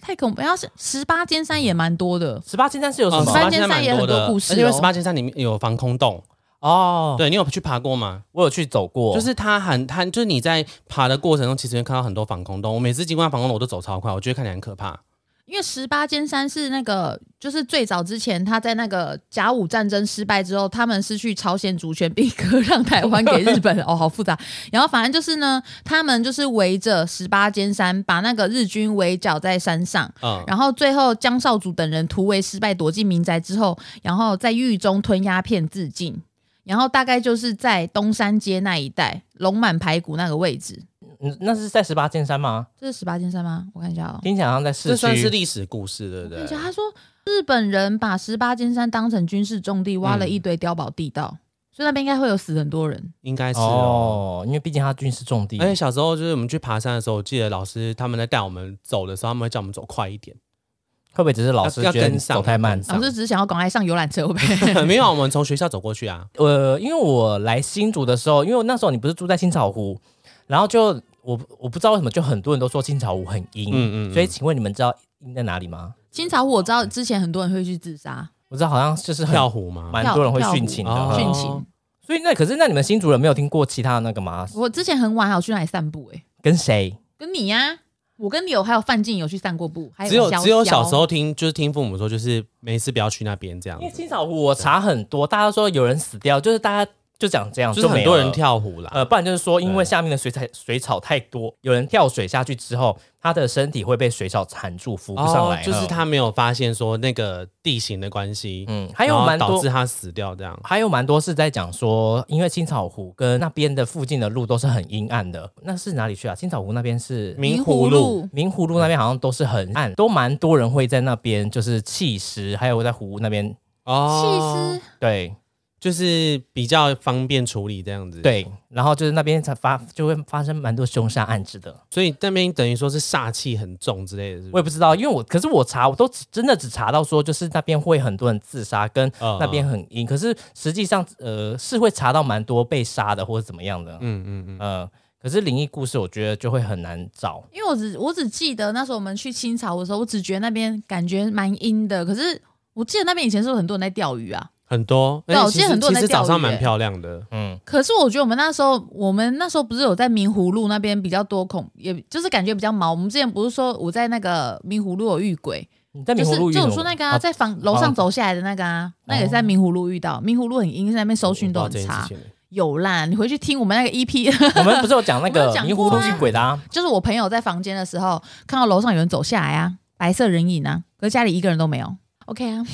Speaker 2: 太恐怖！要是十八尖山也蛮多的，
Speaker 4: 十八金山是有什
Speaker 3: 嗯
Speaker 2: 十八
Speaker 4: 么？
Speaker 2: 尖山也很多故事哦
Speaker 3: 而且因为十八尖山里面有防空洞，
Speaker 4: 哦，
Speaker 3: 对你有去爬过吗？
Speaker 4: 我有去走过，
Speaker 3: 就是它很，它就是你在爬的过程中，其实会看到很多防空洞。我每次经过它防空洞，我都走超快，我觉得看起来很可怕。
Speaker 2: 因为十八尖山是那个，就是最早之前他在那个甲午战争失败之后，他们失去朝鲜主权，并割 让台湾给日本。哦，好复杂。然后反正就是呢，他们就是围着十八尖山，把那个日军围剿在山上。
Speaker 3: 嗯，
Speaker 2: 然后最后江少主等人突围失败，躲进民宅之后，然后在狱中吞鸦片自尽。然后大概就是在东山街那一带，龙满排骨那个位置。
Speaker 4: 嗯那是在十八金山吗？
Speaker 2: 这是十八尖山吗？我看一下哦。
Speaker 4: 听起来好像在市
Speaker 3: 这算是
Speaker 4: 区。
Speaker 3: 历史故事，对不
Speaker 2: 而且
Speaker 3: 对？
Speaker 2: 他说，日本人把十八尖山当成军事重地，挖了
Speaker 3: 嗯
Speaker 2: 一堆碉堡地道，所以那边应该会有死很多人。
Speaker 3: 应该是哦。
Speaker 4: 哦，因为毕竟它军事重地
Speaker 3: 而，且小时候就是我们去爬山的时候，我记得老师他们在带我们走的时候，他们会叫我们走快一点。
Speaker 4: 会不会只是老师
Speaker 3: 要
Speaker 4: 觉得
Speaker 3: 跟
Speaker 4: 你
Speaker 3: 上啊
Speaker 4: 走太慢
Speaker 3: 跟？上
Speaker 2: 老师只是想要赶快上游览 车，会不
Speaker 3: 没有，我们从学校走过去 啊。
Speaker 4: 呃，因为我来新竹的时候，因为我那时候你不是住在青草湖，然后就我我不知道为什么，就很多人都说青草湖很阴，
Speaker 3: 嗯嗯嗯
Speaker 4: 所以请问你们知道阴在哪里吗？
Speaker 2: 青草湖我知道之前很多人会去自杀、
Speaker 4: 我知道好像就是很
Speaker 3: 跳，湖吗？
Speaker 4: 蛮多人会殉情
Speaker 3: 哦
Speaker 4: 的，嗯
Speaker 2: 殉情，
Speaker 4: 所以那可是那你们新主人没有听过其他的那个吗？
Speaker 2: 我之前很晚还有去那里散步、欸，
Speaker 4: 跟谁？
Speaker 2: 跟你呀、我跟你有还有范静有去散过步，还
Speaker 3: 只有
Speaker 2: 小
Speaker 3: 只有小
Speaker 2: 小
Speaker 3: 时候听，就是听父母说，就是没事不要去那边这样
Speaker 4: 因为
Speaker 3: 子，
Speaker 4: 青草湖我查很多，大家都说有人死掉，就是大家就讲这样，
Speaker 3: 就是很
Speaker 4: 没
Speaker 3: 多
Speaker 4: 了
Speaker 3: 人。跳湖啦。
Speaker 4: 呃，不然就是说，因为下面的水草水草太多，有人跳水下去之后，他的身体会被水草缠住，浮不上来、
Speaker 3: 哦，就是
Speaker 4: 嗯
Speaker 3: 他没有发现说那个地形的关系，
Speaker 4: 嗯，还
Speaker 3: 然
Speaker 4: 有
Speaker 3: 后
Speaker 4: 蛮
Speaker 3: 导
Speaker 4: 多
Speaker 3: 致，他死掉这样。
Speaker 4: 还有蛮多是在讲说，因为青草湖跟那边的附近的路都是很阴暗的。那是哪里去啊？青草湖那边是
Speaker 3: 明
Speaker 2: 明
Speaker 3: 湖
Speaker 2: 湖
Speaker 3: 路
Speaker 2: 路
Speaker 4: 明湖路那边，好像都是很暗，都蛮多人会在那边就是弃尸，还有在湖那边。
Speaker 3: 哦，
Speaker 2: 气
Speaker 4: 对
Speaker 3: 就是比较方便处理这样子。，
Speaker 4: 对，然后就是那边才发就会发生蛮多凶杀案子的。
Speaker 3: 所以那边等于说是煞气很重之类的是不
Speaker 4: 我也
Speaker 3: 是，
Speaker 4: 不知道，因为我可是我查，我都只真的只查到说，就是那边会很多人自杀，跟
Speaker 3: 嗯
Speaker 4: 那边很阴。可是实际上，呃，是会查到蛮多被杀的或者怎么样的。嗯嗯嗯。呃，可是灵异故事，我觉得就会很难找。
Speaker 2: 因为我只我只记得那时候我们去青草湖的时候，我只觉得那边感觉蛮阴的，可是我记得那边以前是不是很多人在钓鱼啊？
Speaker 3: 很多。
Speaker 2: 对
Speaker 3: 而且
Speaker 2: 我记得
Speaker 3: 其实
Speaker 2: 很多人
Speaker 3: 其
Speaker 2: 在
Speaker 3: 实早
Speaker 2: 钓
Speaker 3: 上
Speaker 2: 鱼
Speaker 3: 蛮
Speaker 2: 欸
Speaker 3: 漂亮的，
Speaker 4: 嗯，
Speaker 2: 可是我觉得我们那时候，我们那时候不是有在明湖路那边比较多恐，也就是感觉比较毛。我们之前不是说我在那个明湖路有遇鬼，
Speaker 4: 你在
Speaker 2: 就
Speaker 4: 明
Speaker 2: 是
Speaker 4: 湖路遇
Speaker 2: 就
Speaker 4: 什
Speaker 2: 我
Speaker 4: 么
Speaker 2: 说那个啊，
Speaker 4: 哦
Speaker 2: 在房楼上走下来的那个啊，那个也是在明湖路遇到。明湖路很阴，在那边搜讯都
Speaker 3: 哦我
Speaker 2: 很
Speaker 3: 不知道
Speaker 2: 差
Speaker 3: 这件事。情欸
Speaker 2: 有啦，你回去听我们那个 EP，
Speaker 4: 我们不是有讲那
Speaker 2: 我们
Speaker 4: 个
Speaker 2: 有讲
Speaker 4: 明湖
Speaker 2: 过
Speaker 4: 路
Speaker 2: 啊
Speaker 4: 遇鬼的、啊？
Speaker 2: 就是我朋友在房间的时候看到楼上有人走下来啊，白色人影啊，可是家里一个人都没有。OK 啊，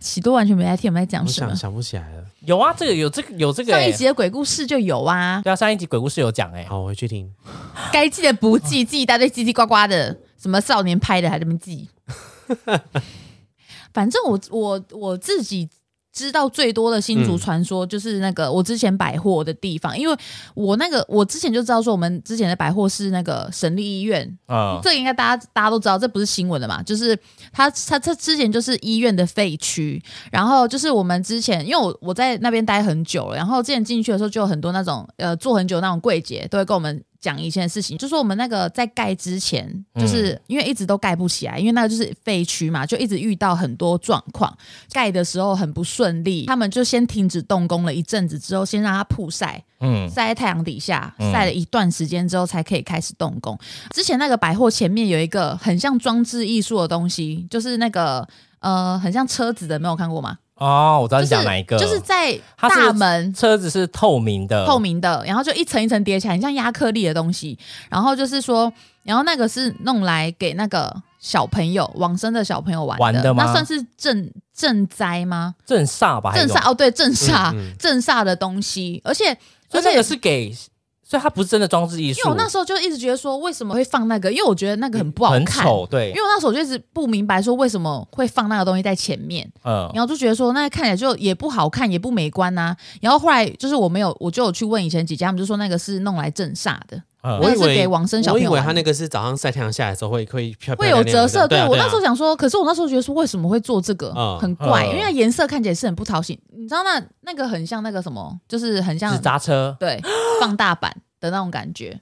Speaker 2: 喜多完全没在听我们在讲
Speaker 3: 我
Speaker 2: 什么
Speaker 3: 想。想不起来了。
Speaker 4: 有啊，这个有这个有这个、
Speaker 2: 上
Speaker 4: 欸。
Speaker 2: 一集的鬼故事就有啊，
Speaker 4: 对啊，上一集鬼故事有讲哎、
Speaker 3: 好，我回去听。
Speaker 2: 该记的不记，记一大堆叽叽呱呱的，什么少年拍的还这么记。 反正我我我自己知道最多的新竹传说，就是那个我之前百货的地方，因为我那个我之前就知道说，我们之前的百货是那个省立医院，
Speaker 4: 嗯，
Speaker 2: 这个应该大家大家都知道，这不是新闻的嘛？就是他他这之前就是医院的废区，然后就是我们之前，因为我我在那边待很久了，然后之前进去的时候就有很多那种呃做很久那种柜姐都会跟我们。讲以前的事情，就说我们那个在盖之前，就是、因为一直都盖不起来，因为那个就是废区嘛，就一直遇到很多状况。盖的时候很不顺利，他们就先停止动工了一阵子，之后先让它曝晒，
Speaker 4: 嗯，
Speaker 2: 晒在太阳底下，
Speaker 4: 嗯
Speaker 2: 晒了一段时间之后才可以开始动工。之前那个百货前面有一个很像装置艺术的东西，就是那个呃，很像车子的，没有看过吗？
Speaker 4: 哦，我知道
Speaker 2: 就
Speaker 4: 你
Speaker 2: 是
Speaker 4: 讲哪一个，
Speaker 2: 就是在
Speaker 4: 它是
Speaker 2: 大门。
Speaker 4: 车子是透明的，
Speaker 2: 透明的，然后就一层一层叠起来，很像压克力的东西。然后就是说，然后那个是弄来给那个小朋友往生的小朋友玩的，
Speaker 4: 玩的吗哎
Speaker 2: 那算是镇镇灾吗？
Speaker 4: 正煞吧，还
Speaker 2: 镇
Speaker 4: 是什么
Speaker 2: 煞哦，对，镇煞、
Speaker 3: 嗯
Speaker 2: 镇煞的东西，而且
Speaker 4: 所
Speaker 2: 而
Speaker 4: 以那
Speaker 2: 且
Speaker 4: 个是给，所以它不是真的装置艺术，
Speaker 2: 因为我那时候就一直觉得说，为什么会放那个？因为我觉得那个很
Speaker 3: 嗯
Speaker 2: 不好
Speaker 4: 很
Speaker 2: 看，
Speaker 4: 丑，对
Speaker 2: 因，为我那时候就一直不明白说为什么会放那个东西在前面，
Speaker 4: 嗯
Speaker 2: 然后就觉得说那看起来就也不好看，也不美观呐、然后后来就是我没有，我就有去问以前几家，他们就说那个是弄来镇煞的，
Speaker 4: 嗯
Speaker 3: 呃我
Speaker 2: 那
Speaker 3: 以
Speaker 2: 个是
Speaker 3: 为
Speaker 2: 给往生小
Speaker 3: 我
Speaker 2: 朋
Speaker 3: 以
Speaker 2: 友
Speaker 3: 为
Speaker 2: 玩
Speaker 3: 他
Speaker 2: 的
Speaker 3: 那个是早上晒太阳下来的时候会会漂漂
Speaker 2: 会有
Speaker 3: 亮亮
Speaker 2: 折
Speaker 3: 的
Speaker 2: 射。
Speaker 3: 对啊，
Speaker 2: 我
Speaker 3: 对啊
Speaker 2: 那时候想说，可是我那时候觉得说，为什么会做这个，
Speaker 3: 嗯
Speaker 2: 很怪，
Speaker 4: 嗯
Speaker 2: 因为它颜色看起来是很不讨喜。你知道那那个很像那个什么，就是很像
Speaker 4: 纸扎车，
Speaker 2: 对放大版的那种感觉，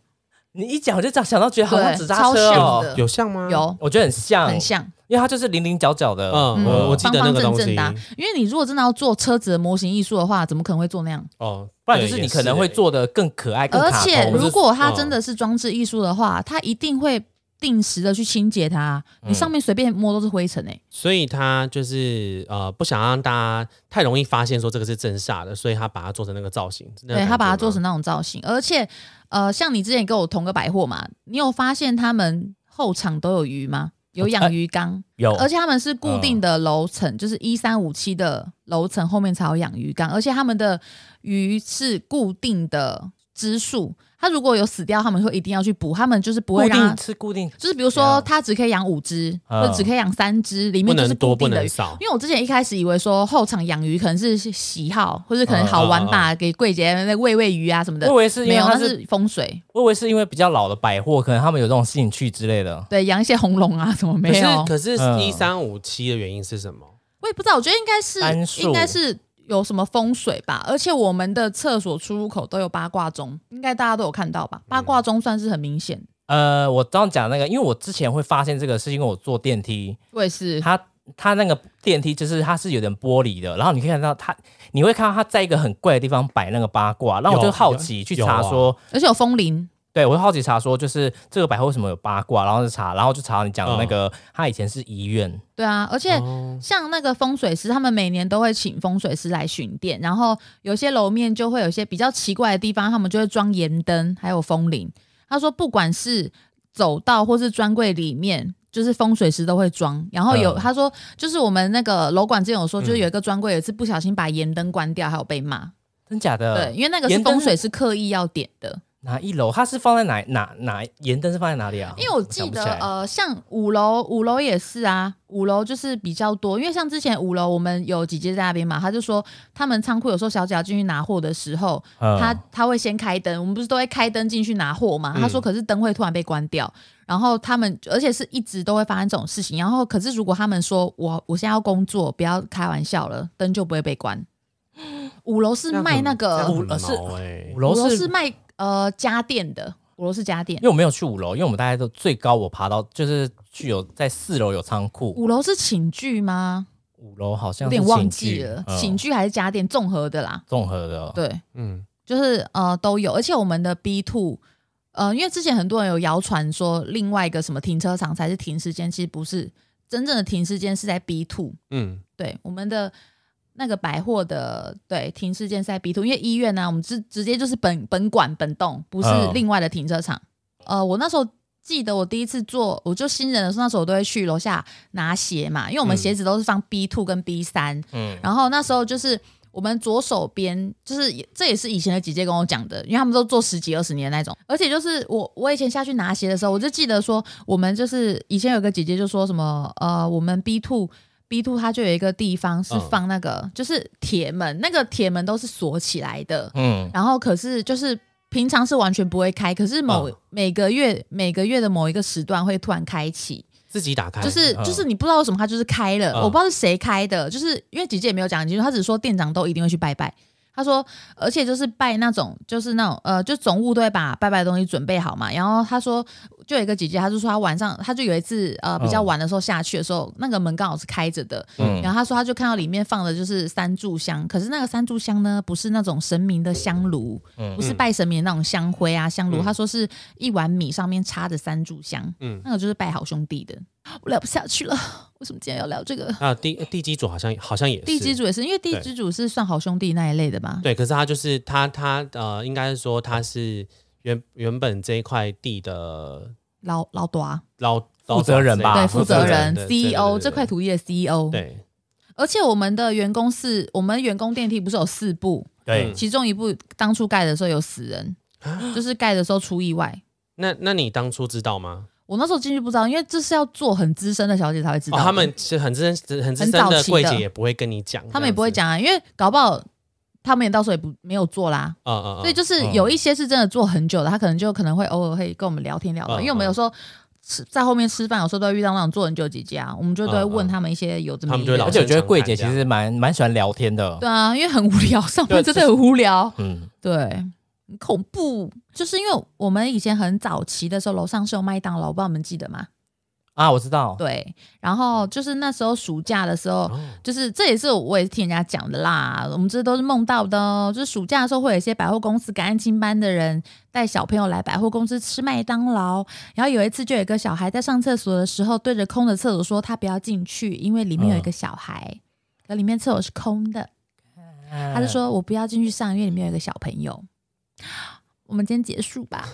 Speaker 4: 你一讲我就想想到觉得好像
Speaker 2: 对，
Speaker 4: 纸扎
Speaker 2: 超
Speaker 4: 车
Speaker 2: 像
Speaker 4: 哦，
Speaker 2: 的，
Speaker 3: 有像吗？，
Speaker 2: 有
Speaker 4: 我觉得很像，
Speaker 2: 很像。
Speaker 4: 因为它就是零零角角的，
Speaker 3: 嗯，我我记得那个东
Speaker 2: 方方正
Speaker 3: 西
Speaker 2: 正的啊因为你如果真的要做车子的模型艺术的话，怎么可能会做那样？
Speaker 3: 哦，
Speaker 4: 不然就
Speaker 3: 对
Speaker 4: 是
Speaker 3: 也
Speaker 4: 你可能会
Speaker 3: 欸
Speaker 4: 做的更可爱、更
Speaker 2: 而
Speaker 4: 卡
Speaker 2: 且
Speaker 4: 通。
Speaker 2: 如果它
Speaker 3: 嗯
Speaker 2: 真的是装置艺术的话，它一定会定时的去清洁它，
Speaker 3: 嗯
Speaker 2: 你上面随便摸都是灰尘诶、欸
Speaker 3: 所以他就是呃不想让大家太容易发现说这个是正煞的，所以他把它做成那个造型。是那个
Speaker 2: 对，
Speaker 3: 感
Speaker 2: 它
Speaker 3: 觉
Speaker 2: 把它
Speaker 3: 吗
Speaker 2: 做成那种造型，而且呃，像你之前跟我同个百货嘛，你有发现他们后场都有鱼吗？
Speaker 3: 哦
Speaker 2: 有
Speaker 3: 哎
Speaker 2: 养鱼缸，
Speaker 4: 有，
Speaker 2: 而且他们是固定的楼层，就是一三五七的楼层后面才有养鱼缸，而且他们的鱼是固定的只数。它如果有死掉，他们会一定要去补，他们就是不
Speaker 4: 固
Speaker 2: 会让它
Speaker 4: 定是固定，
Speaker 2: 就是比如
Speaker 4: 这
Speaker 2: 说
Speaker 4: 样
Speaker 2: 它只可以养五只，
Speaker 4: 嗯
Speaker 2: 或者只可以养三只，里
Speaker 3: 不
Speaker 2: 面就
Speaker 3: 能
Speaker 2: 是
Speaker 3: 多
Speaker 2: 固
Speaker 3: 不
Speaker 2: 定的
Speaker 3: 能
Speaker 2: 鱼。
Speaker 3: 少，
Speaker 2: 因为我之前一开始以为说后场养鱼可能是喜好，或者可能
Speaker 4: 嗯
Speaker 2: 好玩
Speaker 3: 嗯
Speaker 2: 吧，给柜姐那喂喂鱼啊什么
Speaker 4: 我以
Speaker 2: 的。
Speaker 4: 为是因
Speaker 2: 没
Speaker 4: 为
Speaker 2: 有，
Speaker 4: 它
Speaker 2: 那
Speaker 4: 是，
Speaker 2: 是风水，
Speaker 4: 我以为是因为比较老的百货，可能他们有这种兴趣之类的。
Speaker 2: 对，养一些红龙啊什么没有。
Speaker 3: 可是可
Speaker 4: 嗯
Speaker 3: 是一三五七的原因是什么？
Speaker 2: 我也不知道，我觉得应该是
Speaker 4: 单数
Speaker 2: 应该是有什么风水吧，而且我们的厕所出入口都有八卦钟，应该大家都有看到吧？八卦钟算是很明显，
Speaker 4: 呃，我刚刚讲那个，因为我之前会发现这个，是因为我坐电梯，
Speaker 2: 我也是
Speaker 4: 它它那个电梯就是它是有点玻璃的，然后你可以看到它，你会看到它在一个很怪的地方摆那个八卦，然后我就
Speaker 3: 有
Speaker 4: 好奇去
Speaker 3: 有
Speaker 4: 查
Speaker 3: 啊
Speaker 4: 说，
Speaker 2: 而且有风铃，
Speaker 4: 对我就好奇查说，就是这个百货为什么有八卦，然后就查，然后就查到你讲的那个，它以前是医院，
Speaker 2: 对啊，而且
Speaker 3: 哦
Speaker 2: 像那个风水师，他们每年都会请风水师来巡店，然后有些楼面就会有一些比较奇怪的地方，他们就会装盐灯，还有风铃。他说，不管是走道或是专柜里面。就是风水师都会装，然后有、
Speaker 4: 嗯
Speaker 2: 他说，就是我们那个楼管之前有说，就是有一个专柜有一次不小心把盐灯关掉，还有被骂。
Speaker 4: 真假的？
Speaker 2: 对，，因为那个是
Speaker 4: 嗯盐灯
Speaker 2: 风水师刻意要点的。
Speaker 4: 哪一楼？它是放在哪哪哪？盐灯是放在哪里啊？
Speaker 2: 因为我
Speaker 4: 想
Speaker 2: 记
Speaker 4: 不
Speaker 2: 得
Speaker 4: 起来
Speaker 2: 呃，像五楼，五楼也是啊，五楼就是比较多，因为像之前五楼我们有姐姐在那边嘛，她就说他们仓库有时候小姐要进去拿货的时候，
Speaker 4: 嗯
Speaker 2: 她她会先开灯，我们不是都会开灯进去拿货嘛？
Speaker 4: 嗯
Speaker 2: 她说可是灯会突然被关掉，然后他们而且是一直都会发生这种事情，然后可是如果他们说我我现在要工作，不要开玩笑了，灯就不会被关。五楼是卖那个，
Speaker 3: 五
Speaker 4: 呃是
Speaker 3: 哎
Speaker 4: 五，
Speaker 2: 五
Speaker 4: 楼
Speaker 2: 楼
Speaker 4: 是，
Speaker 2: 是卖呃家电的，五楼是家电
Speaker 4: 因。为我没有去五楼，因为我们大概都最高我爬到就是去有在四楼有仓库，
Speaker 2: 五楼是寝具吗？
Speaker 4: 五楼好像
Speaker 2: 有
Speaker 4: 是
Speaker 2: 点忘
Speaker 4: 寝
Speaker 2: 记
Speaker 4: 具
Speaker 2: 了，
Speaker 4: 嗯
Speaker 2: 寝具还是家电综合的啦。
Speaker 4: 综合的，哦
Speaker 2: 对，
Speaker 3: 嗯，
Speaker 2: 就是呃都有，而且我们的 B two，呃，因为之前很多人有谣传说另外一个什么停车场才是停尸间，其实不是，真正的停尸间是在 B two。
Speaker 3: 嗯，
Speaker 2: 对，我们的那个百货的对停尸间是在 B two，因为医院呢、我们直直接就是本本馆本栋，不是
Speaker 4: 嗯
Speaker 2: 另外的停车场。呃，我那时候记得我第一次做，我就新人的时候，那时候我都会去楼下拿鞋嘛，因为我们
Speaker 3: 嗯
Speaker 2: 鞋子都是放 B two 跟 B 三、
Speaker 4: 嗯，
Speaker 2: 然后那时候就是我们左手边，就是也这也是以前的姐姐跟我讲的，因为他们都做十几二十年那种。而且就是我我以前下去拿鞋的时候，我就记得说，我们就是以前有个姐姐就说什么呃，我们 B two。B two 它就有一个地方是
Speaker 3: 嗯
Speaker 2: 放那个，就是铁门，那个铁门都是锁起来的，
Speaker 4: 嗯，
Speaker 2: 然后可是就是平常是完全不会开，可是某、
Speaker 3: 嗯
Speaker 2: 每个月每个月的某一个时段会突然开启，
Speaker 3: 自己打开，
Speaker 2: 就是
Speaker 4: 嗯
Speaker 2: 就是你不知道为什么他就是开了，
Speaker 3: 嗯
Speaker 2: 我不知道是谁开的，就是因为姐姐也没有讲很清楚，她只说店长都一定会去拜拜。她说，而且就是拜那种，就是那种，呃，就总务都会把拜拜的东西准备好嘛。然后她说，就有一个姐姐，她就说她晚上，她就有一次，呃，比较晚的时候下去的时候，那个门刚好是开着的。
Speaker 4: 嗯
Speaker 2: 然后她说，她就看到里面放的就是三炷香，可是那个三炷香呢，不是那种神明的香炉，
Speaker 4: 嗯
Speaker 2: 不是拜神明的那种香灰啊香炉。
Speaker 3: 嗯
Speaker 2: 她说是一碗米上面插着三炷香，
Speaker 3: 嗯
Speaker 2: 那个就是拜好兄弟的。我聊不下去了，为什么今天要聊这个？
Speaker 3: 啊，地地基组好像好像也是
Speaker 2: 地基主也是，因为地基主是算好兄弟那一类的嘛。
Speaker 3: 对，可是他就是他他呃，应该是说他是原原本这一块地的
Speaker 2: 老老大，
Speaker 3: 老老
Speaker 4: 负责人吧
Speaker 2: 对，
Speaker 4: 啊
Speaker 2: 负责人
Speaker 3: 对对对对
Speaker 2: CEO
Speaker 3: 对
Speaker 2: 这块土地的 CEO。，
Speaker 3: 对，
Speaker 2: 而且我们的员工是，我们员工电梯不是有四部，
Speaker 4: 对
Speaker 3: 嗯，
Speaker 2: 其中一部当初盖的时候有死 人，就是盖的时候出意外。
Speaker 3: 那那你当初知道吗？
Speaker 2: 我那时候进去不知道，因为这是要做很资深的小姐才会知
Speaker 3: 哦，
Speaker 2: 道的、
Speaker 3: 他们是很资深很资
Speaker 2: 很
Speaker 3: 深
Speaker 2: 早
Speaker 3: 的
Speaker 2: 期
Speaker 3: 柜
Speaker 2: 的
Speaker 3: 姐也不会跟你讲，
Speaker 2: 他们也不会
Speaker 3: 这样
Speaker 2: 讲啊，因为搞不好他们也到时候也不没有做啦。
Speaker 3: 子，嗯嗯嗯，
Speaker 2: 所以就是
Speaker 4: 嗯
Speaker 2: 有一些是真的做很久的，他可能就可能会偶尔会跟我们聊天聊到，
Speaker 3: 嗯
Speaker 2: 因为我们
Speaker 3: 嗯
Speaker 2: 有时候吃在后面吃饭，有时候都会遇到那种做很久的姐姐啊，我们就都会问他们一些有这么
Speaker 3: 他们就会
Speaker 4: 而
Speaker 3: 老
Speaker 4: 且
Speaker 3: 是
Speaker 4: 我觉得柜姐其实蛮蛮喜欢聊天的，
Speaker 2: 对啊，因为很无聊，上班
Speaker 4: 对
Speaker 2: 真的很无 聊，
Speaker 4: 嗯，
Speaker 2: 对，很恐怖。就是因为我们以前很早期的时候，楼上是有麦当劳，我不知道你们记得吗？
Speaker 4: 啊，我知道，
Speaker 2: 对，然后就是那时候暑假的时候，
Speaker 3: 哦
Speaker 2: 就是这也是我也是听人家讲的啦，我们这都是梦到的哦。就是暑假的时候，会有一些百货公司感恩金班的人带小朋友来百货公司吃麦当劳，然后有一次就有一个小孩在上厕所的时候，对着空的厕所说他不要进去，因为里面有一个小孩，可里面厕所是空的，他
Speaker 4: 他
Speaker 2: 就说我不要进去上，因为里面有一个小朋友。我们今天结束吧，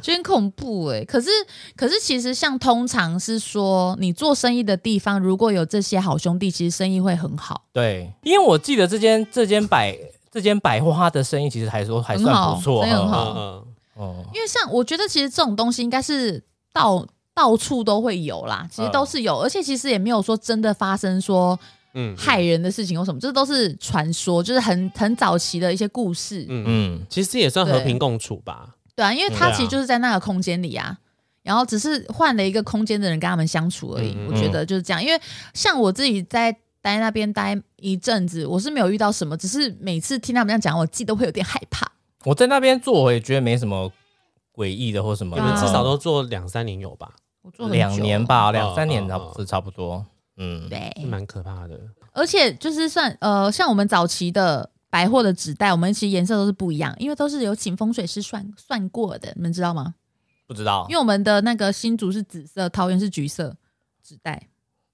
Speaker 2: 就很恐怖哎、可是，可是其实像通常是说，你做生意的地方如果有这些好兄弟，其实生意会很好。
Speaker 4: 对，因为我记得这间这间百这间百货它的生意其实还说还算不错，
Speaker 2: 很好
Speaker 4: 嗯
Speaker 2: 生意很好
Speaker 3: 嗯嗯，
Speaker 4: 哦，
Speaker 2: 因为像我觉得，其实这种东西应该是到到处都会有啦，其实都是有，而且其实也没有说真的发生说
Speaker 3: 嗯
Speaker 2: 害人的事情或什么，这都是传说，就是很很早期的一些故事。
Speaker 3: 嗯嗯，
Speaker 4: 嗯，
Speaker 3: 其实也算和
Speaker 2: 对
Speaker 3: 平共处吧，
Speaker 2: 对啊，因为他
Speaker 3: 对啊
Speaker 2: 其实就是在那个空间里啊，然后只是换了一个空间的人跟他们相处而已。
Speaker 3: 嗯嗯
Speaker 2: 我觉得就是这样，因为像我自己在待那边待一阵子，我是没有遇到什么，只是每次听他们这样讲，我自己都会有点害怕。
Speaker 4: 我在那边做我也觉得没什么诡异的或什么，
Speaker 2: 对
Speaker 3: 你
Speaker 2: 啊
Speaker 3: 们至少
Speaker 4: 嗯
Speaker 3: 都做两三年有吧？
Speaker 2: 我做很久
Speaker 4: 两年，吧，两三年
Speaker 3: 嗯
Speaker 4: 差
Speaker 3: 嗯
Speaker 4: 不差不多，嗯，
Speaker 2: 对，
Speaker 3: 蛮可怕的。
Speaker 2: 而且就是算呃，像我们早期的百货的纸袋，我们其实颜色都是不一样，因为都是有请风水师算算过的，你们知道吗？
Speaker 4: 不知道
Speaker 3: 哦
Speaker 2: 因，为我们的那个新竹是紫色，桃园是橘色纸袋。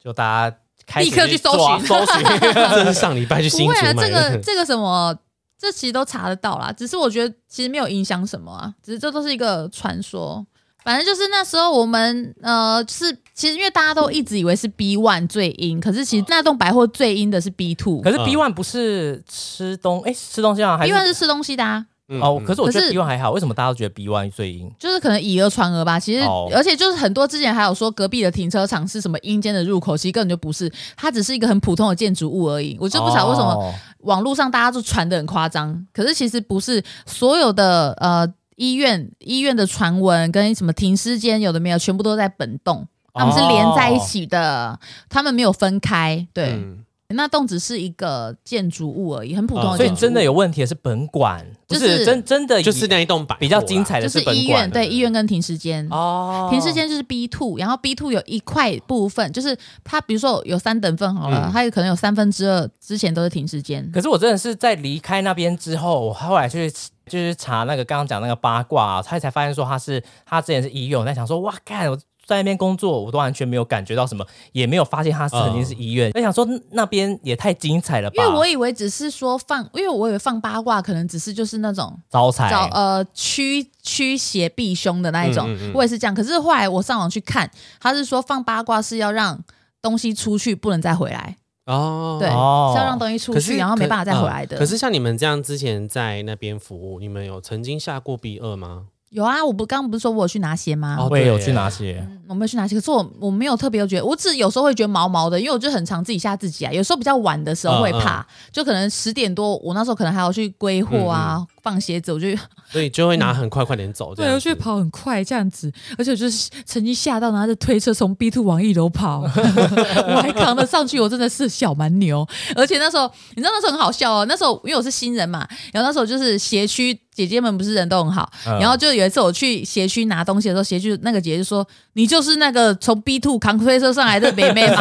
Speaker 4: 就大家开始
Speaker 2: 立刻去搜寻
Speaker 4: 抓 搜寻。
Speaker 3: 这是上礼拜去新
Speaker 2: 不
Speaker 3: 竹
Speaker 2: 会啊，
Speaker 3: 买
Speaker 2: 这个
Speaker 3: 的，
Speaker 2: 这个什么，这其实都查得到啦。只是我觉得其实没有影响什么啊，只是这都是一个传说。反正就是那时候我们呃，就是其实因为大家都一直以为是 B one 最阴，可是其实那栋百货最阴的是 B two。
Speaker 4: 可是
Speaker 3: 嗯
Speaker 4: B one 不是吃东哎吃东西吗？还
Speaker 2: B
Speaker 4: 是
Speaker 2: one 是吃东西的啊，
Speaker 3: 嗯
Speaker 4: 哦？可是我觉
Speaker 2: 可
Speaker 4: 得
Speaker 2: 是
Speaker 4: B one 还好，为什么大家都觉得 B one 最硬？
Speaker 2: 就是可能以讹传讹吧。其实，
Speaker 4: 哦
Speaker 2: 而且就是很多之前还有说隔壁的停车场是什么阴间的入口，其实根本就不是，它只是一个很普通的建筑物而已。我就不晓得为什么
Speaker 4: 哦
Speaker 2: 网络上大家就传的很夸张，可是其实不是所有的呃医院医院的传闻跟什么停尸间有的没有，全部都在本栋，他们是连在一起的，他们没有分开。对，
Speaker 3: 嗯
Speaker 2: 那栋只是一个建筑物而已，很普通
Speaker 3: 哦
Speaker 2: 的
Speaker 4: 所
Speaker 2: 建
Speaker 4: 以
Speaker 2: 筑物、
Speaker 4: 真的有问题的是本馆，不
Speaker 2: 就是
Speaker 4: 是真真的以
Speaker 3: 就是那一栋百货啦
Speaker 4: 比较精彩的
Speaker 2: 就是
Speaker 4: 本
Speaker 2: 医
Speaker 4: 馆
Speaker 2: 院对医院跟停尸间。
Speaker 4: 哦，
Speaker 2: 停尸间就是 B two，然后 B two 有一块部分，就是它比如说有三等份好了，它有可能有三分之二之前都是停尸间。
Speaker 4: 嗯可是我真的是在离开那边之后，我后来去就是查那个刚刚讲那个八卦、啊，他才发现说他是他之前是医院，我在想说哇，看我在那边工作，我都完全没有感觉到什么，也没有发现他曾经是医院。在想说嗯那边也太精彩了吧，
Speaker 2: 因为我以为只是说放，因为我以为放八卦可能只是就是那种
Speaker 4: 招
Speaker 3: 哎
Speaker 4: 财
Speaker 2: 找呃驱驱邪避凶的那一种，
Speaker 3: 嗯
Speaker 2: 我也是这样。可是后来我上网去看，他是说放八卦是要让东西出去，不能再回来，
Speaker 3: 哦，
Speaker 2: 对，
Speaker 4: 哦
Speaker 2: 是要让东西出
Speaker 3: 可是
Speaker 2: 去，然后没
Speaker 3: 可
Speaker 2: 办法再
Speaker 3: 嗯
Speaker 2: 回来的。
Speaker 3: 可是像你们这样之前在那边服务，你们有曾经下过 B 二吗？
Speaker 2: 有啊，我不刚刚不是说我有去拿鞋吗？
Speaker 3: 哦
Speaker 4: 我也有
Speaker 3: 对
Speaker 4: 去 拿鞋，
Speaker 2: 嗯我没有去拿鞋，可是我我没有特别觉得，我只有时候会觉得毛毛的，因为我就很常自己吓自己啊。有时候比较晚的时候
Speaker 3: 嗯
Speaker 2: 会怕，就可能十点多，我那时候可能还要去归货啊、
Speaker 3: 嗯
Speaker 2: 放鞋子，我就
Speaker 3: 所以就会拿很快快点走，这
Speaker 2: 对，
Speaker 3: 样
Speaker 2: 要
Speaker 3: 子
Speaker 2: 去。跑很快这样子，而且我就是曾经吓到拿着推车从 B two 往一 楼跑，我还扛得上去，我真的是小蛮牛。而且那时候，你知道那时候很好笑哦，那时候因为我是新人嘛，然后那时候就是斜区姐姐们不是人都很好，
Speaker 4: 嗯
Speaker 2: 然后就有一次我去斜区拿东西的时候，斜区那个姐姐就说：“你就是那个从 B two 扛推车上来的妹妹嘛。”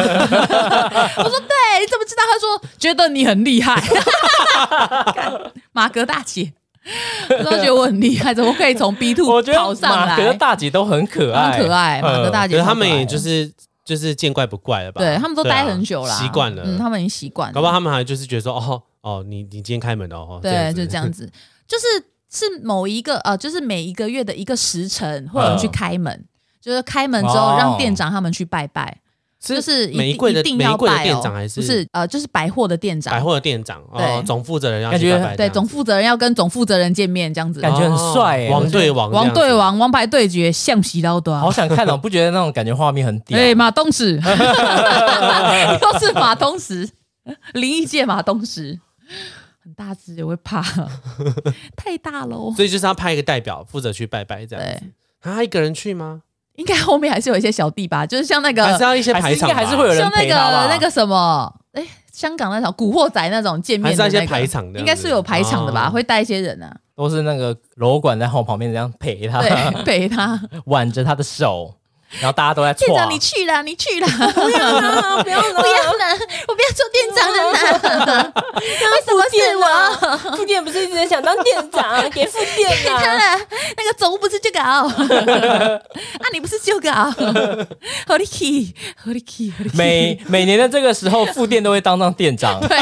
Speaker 2: 我说：“对，你怎么知道？”她说：“觉得你很厉害。” 干马格大姐。都觉得我很厉害，怎么可以从 B two
Speaker 4: 我觉得
Speaker 2: 跑上来？
Speaker 4: 马格大姐都很可爱，嗯
Speaker 2: 很可爱，马格大
Speaker 3: 嗯可
Speaker 2: 姐
Speaker 3: 是
Speaker 2: 超可
Speaker 3: 他
Speaker 2: 爱的。
Speaker 3: 们也就是就是见怪不怪了吧？
Speaker 2: 对他们都
Speaker 3: 对啊
Speaker 2: 待很久啦，
Speaker 3: 习惯了。
Speaker 2: 嗯，他们已经习惯了，
Speaker 3: 搞不好他们还就是觉得说，哦哦，你你今天开门了哦，这
Speaker 2: 对，
Speaker 3: 样子
Speaker 2: 就这 样子，就是是某一个呃，就是每一个月的一个时辰会有人去开
Speaker 3: 嗯
Speaker 2: 门。就是开门之后，
Speaker 4: 哦
Speaker 2: 让店长他们去拜
Speaker 3: 哦
Speaker 2: 拜，就是一
Speaker 3: 每一柜的
Speaker 2: 一定要
Speaker 3: 每一柜的
Speaker 2: 拜哦
Speaker 3: 店长还是
Speaker 2: 不是呃，就是百货的店
Speaker 3: 百
Speaker 2: 长，
Speaker 3: 货的店长哦
Speaker 2: 对，
Speaker 3: 总负责人要
Speaker 4: 感
Speaker 3: 去
Speaker 4: 觉
Speaker 3: 拜拜这
Speaker 2: 对，
Speaker 3: 样子，
Speaker 2: 总负责人要跟总负责人见面这样子，
Speaker 4: 感觉很帅欸
Speaker 3: 哦王对王，
Speaker 2: 王对，王，王牌对决，象棋刀端
Speaker 4: 好，想看哦，不觉得那种感觉画面很 屌？
Speaker 2: 哎，马东 石， 又是马东石，灵异界马东石，很大只，我会 怕，太大喽。
Speaker 3: 所以就是要派一个代表负责去拜拜这样
Speaker 2: 对
Speaker 3: 子。，啊他一个人去吗？
Speaker 2: 应该后面还是有一些小弟吧，就是像那个
Speaker 3: 还是要一些
Speaker 4: 还
Speaker 3: 排
Speaker 4: 是应
Speaker 3: 场
Speaker 4: 该
Speaker 3: 吧？
Speaker 4: 还是会有人
Speaker 2: 像那
Speaker 4: 陪
Speaker 2: 个
Speaker 4: 她吧？
Speaker 2: 那个什么，哎，香港那种古惑仔那种见面的
Speaker 3: 还是要
Speaker 2: 那
Speaker 3: 一些
Speaker 2: 个
Speaker 3: 排场的
Speaker 2: 应该是有排场的吧，
Speaker 3: 哦
Speaker 2: 会带一些人啊，
Speaker 4: 都是那个楼管在后旁边这样陪 她，
Speaker 2: 对，陪他。
Speaker 4: 挽着她的手，然后大家都在啊
Speaker 2: 店
Speaker 4: 搓。
Speaker 2: 长，你去啦，你去啦！ 不要啦，不要啦，不要啦！我不要做店长 了啦！为什么是
Speaker 3: 啊
Speaker 2: 我？
Speaker 6: 副店不是一直想当店长，给副店啊。
Speaker 2: 他了，那个总不是 就搞，啊，你不是就搞， 合理气，合理气，合理气。。
Speaker 4: 每每年的这个时候，副店都会当上店长
Speaker 2: 对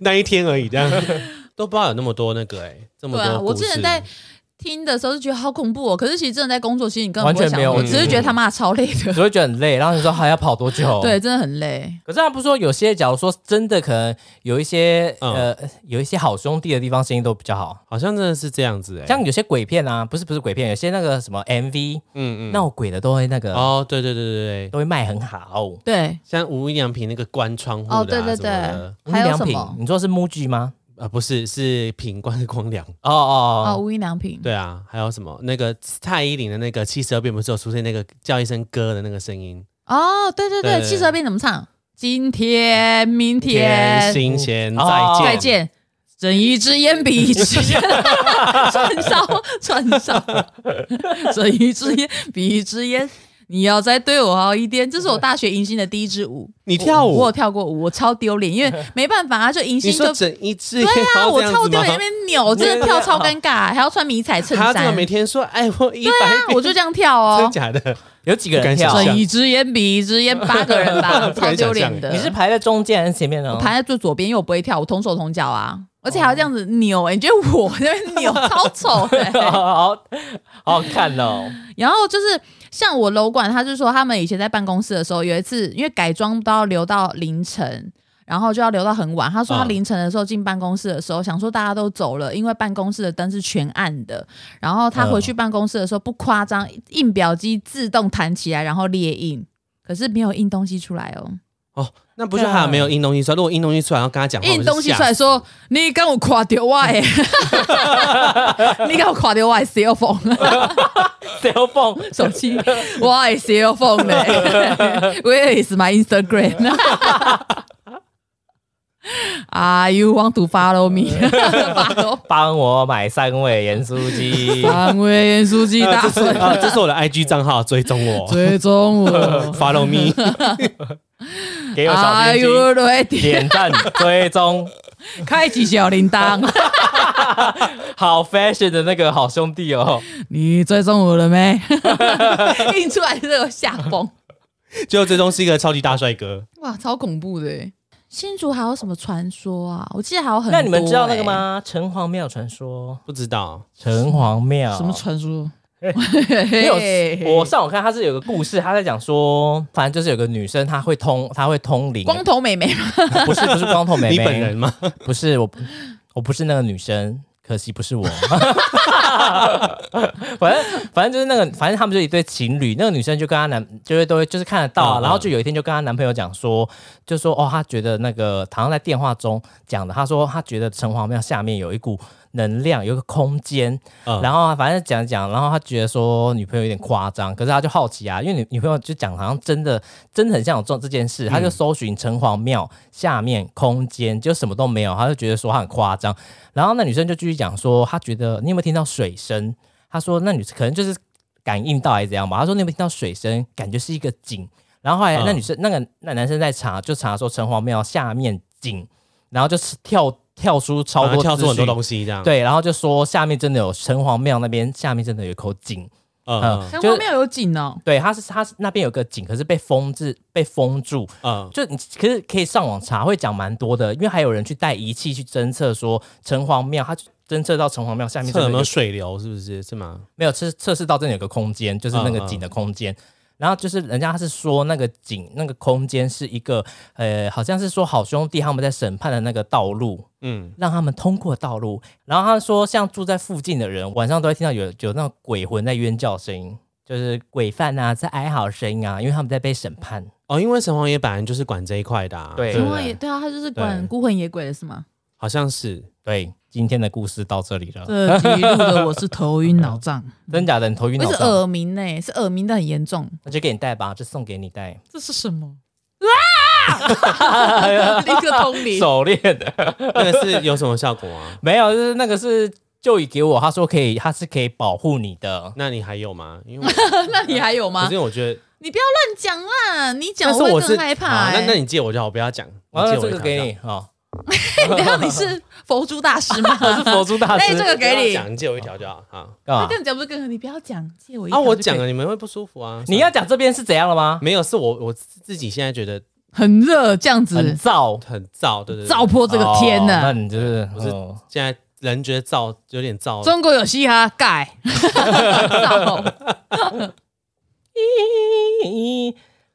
Speaker 3: 那一天而已，这样 都不知道有那么多那个哎、这么
Speaker 2: 对
Speaker 3: 多故事、
Speaker 2: 啊，我之前在听的时候就觉得好恐怖哦，可是其实真的在工作，其实你根本
Speaker 4: 完
Speaker 2: 不会
Speaker 4: 全
Speaker 2: 想
Speaker 4: 没有
Speaker 2: 那么多，只是觉得他妈超累的
Speaker 3: 哦
Speaker 4: 只。会觉得很累，然后你说还要跑多久？
Speaker 2: 对，，真的很累。
Speaker 4: 可是他不是说有些，假如说真的可能有一些、
Speaker 3: 嗯
Speaker 4: 呃，有一些好兄弟的地方生意都比较好，
Speaker 3: 好像真的是这样子哎、
Speaker 4: 像有些鬼片啊，不是不是鬼片，有些那个什么 MV
Speaker 3: 嗯
Speaker 4: 闹、鬼的都会那个、
Speaker 3: 哦，对对对对对，
Speaker 4: 都会卖很好。
Speaker 2: 对，
Speaker 3: 像无印良品那个关窗户的、啊、
Speaker 2: 哦，对
Speaker 3: 什
Speaker 2: 对
Speaker 3: 么的
Speaker 2: 对，还有什
Speaker 4: 无印良
Speaker 2: 么
Speaker 4: 品？你说是 MUJI 吗？
Speaker 3: 呃，不是是品冠光良。
Speaker 4: 哦
Speaker 2: 哦，
Speaker 4: 哦
Speaker 2: 无印良品。
Speaker 3: 对啊，还有什么那个蔡依林的那个七十二变，不是有出现那个叫一声哥的那个声音？
Speaker 2: 哦，对对
Speaker 3: 对
Speaker 2: 对，
Speaker 3: 对
Speaker 2: 汽车边怎么唱？今天，明
Speaker 3: 天
Speaker 2: 天，
Speaker 3: 新鲜，
Speaker 4: 哦
Speaker 3: 再见，
Speaker 2: 再。见。睁一只眼闭一只 眼，串烧串烧，睁一只眼闭一只眼，你要再对我好一点。这是我大学迎新的第一支舞，
Speaker 3: 你跳
Speaker 2: 我
Speaker 3: 舞
Speaker 2: 有，跳过舞，我超丢脸，因为没办法啊，就迎
Speaker 3: 你
Speaker 2: 新就
Speaker 3: 说整一致
Speaker 2: 对
Speaker 3: 也
Speaker 2: 啊，
Speaker 3: 要
Speaker 2: 我
Speaker 3: 这样
Speaker 2: 超
Speaker 3: 子
Speaker 2: 丢脸，那
Speaker 3: 吗？
Speaker 2: 边扭，真的跳超尴尬，还要穿迷彩衬
Speaker 3: 哦他这
Speaker 2: 衫
Speaker 3: 么，每天说，哎，我一百遍，
Speaker 2: 我就这样 跳
Speaker 3: 真
Speaker 2: 啊哦。
Speaker 3: 假的？
Speaker 4: 有几个人
Speaker 3: 不
Speaker 4: 跳
Speaker 3: 敢？想
Speaker 2: 这
Speaker 3: 象
Speaker 2: 一只眼比一只眼，八个人 吧，
Speaker 3: 不
Speaker 2: 超
Speaker 3: 敢想象
Speaker 2: 丢脸的。
Speaker 4: 你是排在中间还是前面呢
Speaker 2: 我？排在最左边，因为我不会跳，我同手同脚啊，而且还要这样子
Speaker 3: 哦
Speaker 2: 扭、欸，你觉得我在那 边扭超丑的欸、
Speaker 4: 好好好看 哦，
Speaker 2: 然后就是像我楼管，他就说他们以前在办公室的时候，有一次因为改装都要留到凌晨。然后就要留到很晚。他说他
Speaker 3: 嗯
Speaker 2: 凌晨的时候进办公室的时候，想说大家都走了，因为办公室的灯是全暗的。然后
Speaker 3: 嗯
Speaker 2: 他回去办公室的时候，不夸张，印表机自动弹起来，然后列印，可是没有印东西出来哦。
Speaker 3: 那不是还有没有印东西出来？如果印东西出来，要跟他讲话，
Speaker 2: 啊印东西出来
Speaker 3: 我就吓死
Speaker 2: 说：“你跟我垮掉我的， 你跟我垮掉我的 cell phone
Speaker 4: 谁有缝？
Speaker 2: 手机， 我的 cell phone 呢？Where is my Instagram？” 啊，You want to follow me？follow
Speaker 4: 帮我买三味盐酥 鸡。
Speaker 2: 三位严书记
Speaker 3: 呃
Speaker 2: 大
Speaker 3: 这是
Speaker 2: 神
Speaker 3: 啊，这是我的 IG 账号，追踪我
Speaker 2: 追踪 我。
Speaker 3: ，follow me。
Speaker 4: 给我小
Speaker 2: Are
Speaker 4: 心
Speaker 2: you
Speaker 4: 机，
Speaker 2: ready？
Speaker 4: 点赞追踪，
Speaker 2: 开启小铃 铛。
Speaker 4: 好 fashion 的那个好兄弟哦，
Speaker 2: 你追踪我了 没？印出来这个吓疯。
Speaker 3: 结果最终是一个超级大帅哥，
Speaker 2: 哇，超恐怖的欸！新竹还有什么传说啊？我记得还有很多、欸
Speaker 4: 那你们知道那个？吗？城隍庙传说，
Speaker 3: 不知道
Speaker 4: 城隍庙
Speaker 2: 什么传说？
Speaker 4: 没
Speaker 2: 嘿
Speaker 4: 有，我上网看，它是有个故事，他在讲说，反正就是有个女生，她会通，她会通灵，
Speaker 2: 光头妹妹吗？
Speaker 4: 不是不是光头妹 妹，
Speaker 3: 你本人吗？
Speaker 4: 不是我，我不是那个女生，可惜不是我。 反正反正就是那个，反正他们就一对情侣，那个女生就跟她男，就是都会就是看得到啊。
Speaker 3: 嗯嗯
Speaker 4: 然后就有一天就跟她男朋友讲说，就说哦，她觉得那个好像在电话中讲的，她说她觉得城隍庙下面有一股能量，有一个空间，
Speaker 3: 嗯
Speaker 4: 然后反正讲一讲，然后他觉得说女朋友有点夸张，可是他就好奇啊，因为女女朋友就讲好像真的真的很像有做这件事，他就搜寻城隍庙下面空间，就什么都没有，他就觉得说他很夸张。然后那女生就继续讲说，她觉得你有没有听到水声？她说那女可能就是感应到还是怎样吧。她说你有没有听到水声？感觉是一个井。然后后来那
Speaker 3: 嗯
Speaker 4: 女生、那个那男生在查，就查说城隍庙下面井，然后就是跳跳出超
Speaker 3: 然后
Speaker 4: 多
Speaker 3: 啊跳出很
Speaker 4: 资讯
Speaker 3: 多东西这样。，
Speaker 4: 对，然后就说下面真的有城隍庙那边下面真的有一口井，
Speaker 3: 嗯
Speaker 2: 城
Speaker 4: 就
Speaker 2: 隍
Speaker 4: 是
Speaker 2: 庙有井哦。
Speaker 4: 对，它是它是那边有个井，可是被封制被封住，
Speaker 3: 嗯，
Speaker 4: 就你可是可以上网查，会讲蛮多的，因为还有人去带仪器去侦测说城隍庙，它侦测到城隍庙下面真
Speaker 3: 测
Speaker 4: 的
Speaker 3: 有没
Speaker 4: 有
Speaker 3: 有水流是不是？是吗？
Speaker 4: 没有测测试到真的有个空间，就是那个井的空间。然后就是人家是说那个井那个空间是一个呃，好像是说好兄弟他们在审判的那个道路，
Speaker 3: 嗯，
Speaker 4: 让他们通过道路。然后他说，像住在附近的人晚上都会听到有有那种鬼魂在冤叫声音，就是鬼犯啊在哀嚎声音啊，因为他们在被审判。
Speaker 3: 哦，因为城隍爷本来就是管这一块的、啊，
Speaker 4: 对
Speaker 3: 不
Speaker 2: 城隍也对啊，他就是管
Speaker 4: 对
Speaker 2: 孤魂野鬼的是吗？
Speaker 3: 好像是。
Speaker 4: 对，今天的故事到这里了。
Speaker 2: 这集录的我是头晕脑胀，
Speaker 4: 真假的，你头晕
Speaker 2: 不
Speaker 4: 脑
Speaker 2: 是
Speaker 4: 胀，
Speaker 2: 耳鸣呢、欸是耳鸣的很严重。
Speaker 4: 那就给你带吧，就送给你带
Speaker 2: 这是什么？ 啊！立刻通灵。
Speaker 4: 手链的。
Speaker 3: 那个是有什么效果 啊？
Speaker 4: 没有，就是那个是就已给我，他说可以，他是可以保护你的。
Speaker 3: 那你还有吗？因 为我
Speaker 2: 那你还有
Speaker 3: 可
Speaker 2: 吗
Speaker 3: 是？我觉得，
Speaker 2: 你不要乱讲啦！你啊讲
Speaker 3: 但是
Speaker 2: 会
Speaker 3: 我
Speaker 2: 更
Speaker 3: 是
Speaker 2: 害怕、
Speaker 3: 好
Speaker 2: 欸
Speaker 3: 那那你借我就好，不要讲。
Speaker 4: 完
Speaker 3: 你
Speaker 4: 了，
Speaker 3: 借我
Speaker 4: 这
Speaker 3: 一
Speaker 4: 个
Speaker 3: 条
Speaker 4: 给你哦，
Speaker 2: 等一下你是佛珠大师吗？
Speaker 4: 是佛珠大
Speaker 2: 哎、
Speaker 4: 师哦
Speaker 2: 这个
Speaker 3: 不要
Speaker 2: 给你。
Speaker 3: 讲，你借我一条就好。好
Speaker 4: 干
Speaker 2: 他
Speaker 4: 嘛？
Speaker 2: 跟你讲不是跟你不要讲，借我一
Speaker 3: 啊，
Speaker 2: 条
Speaker 3: 我
Speaker 2: 就可以
Speaker 3: 讲了，你们会不舒服啊。
Speaker 4: 你要讲这边是怎样了吗？
Speaker 3: 没有，是我我自己现在觉得
Speaker 2: 很热，这样
Speaker 4: 很
Speaker 2: 子
Speaker 4: 燥，
Speaker 3: 很燥，对对对，
Speaker 2: 照破这个天
Speaker 4: 哦
Speaker 2: 呢、
Speaker 4: 那你就是
Speaker 3: 我是
Speaker 4: 哦
Speaker 3: 现在人觉得燥有点燥，
Speaker 2: 中国有嘻哈盖， 照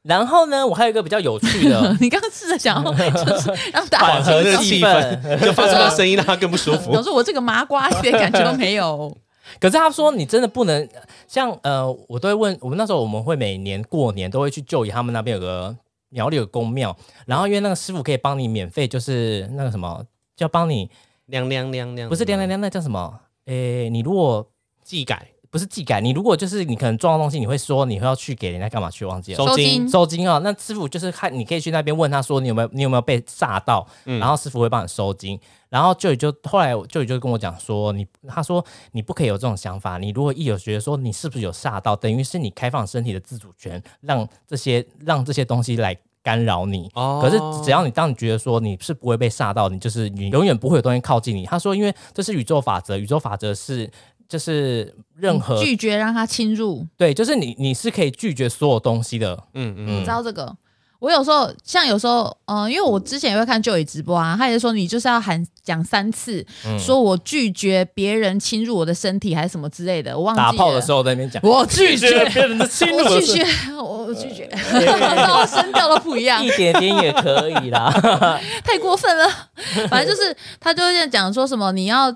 Speaker 4: 然后呢，我还有一个比较有趣 的
Speaker 2: 你刚刚试着想要就是让大
Speaker 3: 缓
Speaker 2: 家，
Speaker 3: 和这个
Speaker 4: 气
Speaker 3: 气
Speaker 4: 氛
Speaker 3: 氛，就发出那 声音让他更不舒服
Speaker 2: 我。说我这个麻瓜一点感觉都没有，
Speaker 4: 可是他说你真的不能像呃，我都会问我们那时候我们会每年过年都会去舅爷他们那边有个苗栗有个公庙，然后因为那个师傅可以帮你免费就是那个什么，就帮你
Speaker 3: 凉凉凉凉，
Speaker 4: 不是凉凉凉，那叫什么？诶，你如果
Speaker 3: 技改
Speaker 4: 不是技改，你如果就是你可能撞到东西，你会说你会要去给人家干嘛去，忘记了。
Speaker 2: 收
Speaker 3: 收金
Speaker 2: 金
Speaker 4: 收金哦，那师傅就是看你可以去那边问他说你有没有你有没有被炸到，
Speaker 2: 嗯
Speaker 4: 然后师傅会帮你收金。然后舅舅就后来舅舅就跟我讲说，你他说你不可以有这种想法，你如果一有觉得说你是不是有吓到，等于是你开放身体的自主权，让这些让这些东西来干扰你。
Speaker 3: 哦
Speaker 4: 可是只要你当你觉得说你是不会被吓到，你就是你永远不会有东西靠近你。他说，因为这是宇宙法则，宇宙法则是就是任何
Speaker 2: 拒绝让他侵入，
Speaker 4: 对，就是你你是可以拒绝所有东西的。
Speaker 3: 嗯嗯，
Speaker 2: 你
Speaker 4: 嗯
Speaker 2: 知，道这个？我有时候像有时候，嗯、因为我之前也会看舅爷直播啊，他也说你就是要喊讲三次，
Speaker 4: 嗯
Speaker 2: 说我拒绝别人侵入我的身体还是什么之类的，我忘记
Speaker 4: 打炮的时
Speaker 2: 候，
Speaker 4: 候在那边讲。
Speaker 2: 我拒绝，
Speaker 4: 别人的侵
Speaker 2: 我拒绝，我拒 绝，我声调都不一样
Speaker 4: 啊一，点点也可以啦。
Speaker 2: 太过分了。 反正就是他就会在讲说什么你要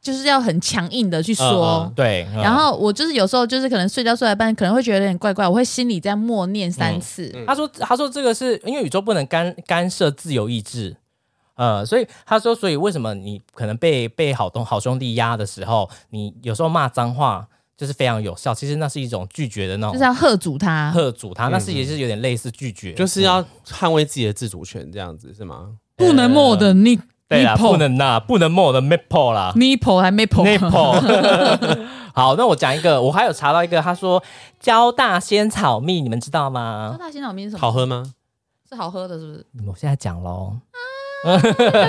Speaker 2: 就是要很强硬的去说。
Speaker 4: 对，嗯
Speaker 2: 然后我就是有时候就是可能睡觉睡到一半，可能会觉得有点怪怪，我会心里在默念三次。
Speaker 4: 他说他说这个是因为宇宙不能干干涉自由意志。呃，所以他说，所以为什么你可能被被好东好兄弟压的时候，你有时候骂脏话就是非常有效。其实那是一种拒绝的那
Speaker 2: 就是
Speaker 4: 种
Speaker 2: 要喝阻他，
Speaker 4: 喝阻他，那是也是有点类似拒绝，
Speaker 3: 嗯就是要捍卫自己的自主权，这样子是吗？
Speaker 2: 不能摸的你，
Speaker 4: 对啦，
Speaker 2: nipple
Speaker 4: 不能啦，不能摸我的 maple 啦。
Speaker 2: nipple 还没
Speaker 4: n i
Speaker 2: 碰，
Speaker 4: p l 好，那我讲一个，我还有查到一个，他说交大仙草蜜，你们知道吗
Speaker 2: 交？大仙草蜜是什么？
Speaker 3: 好喝吗？
Speaker 2: 是好喝的，是不是？
Speaker 4: 我现在讲喽。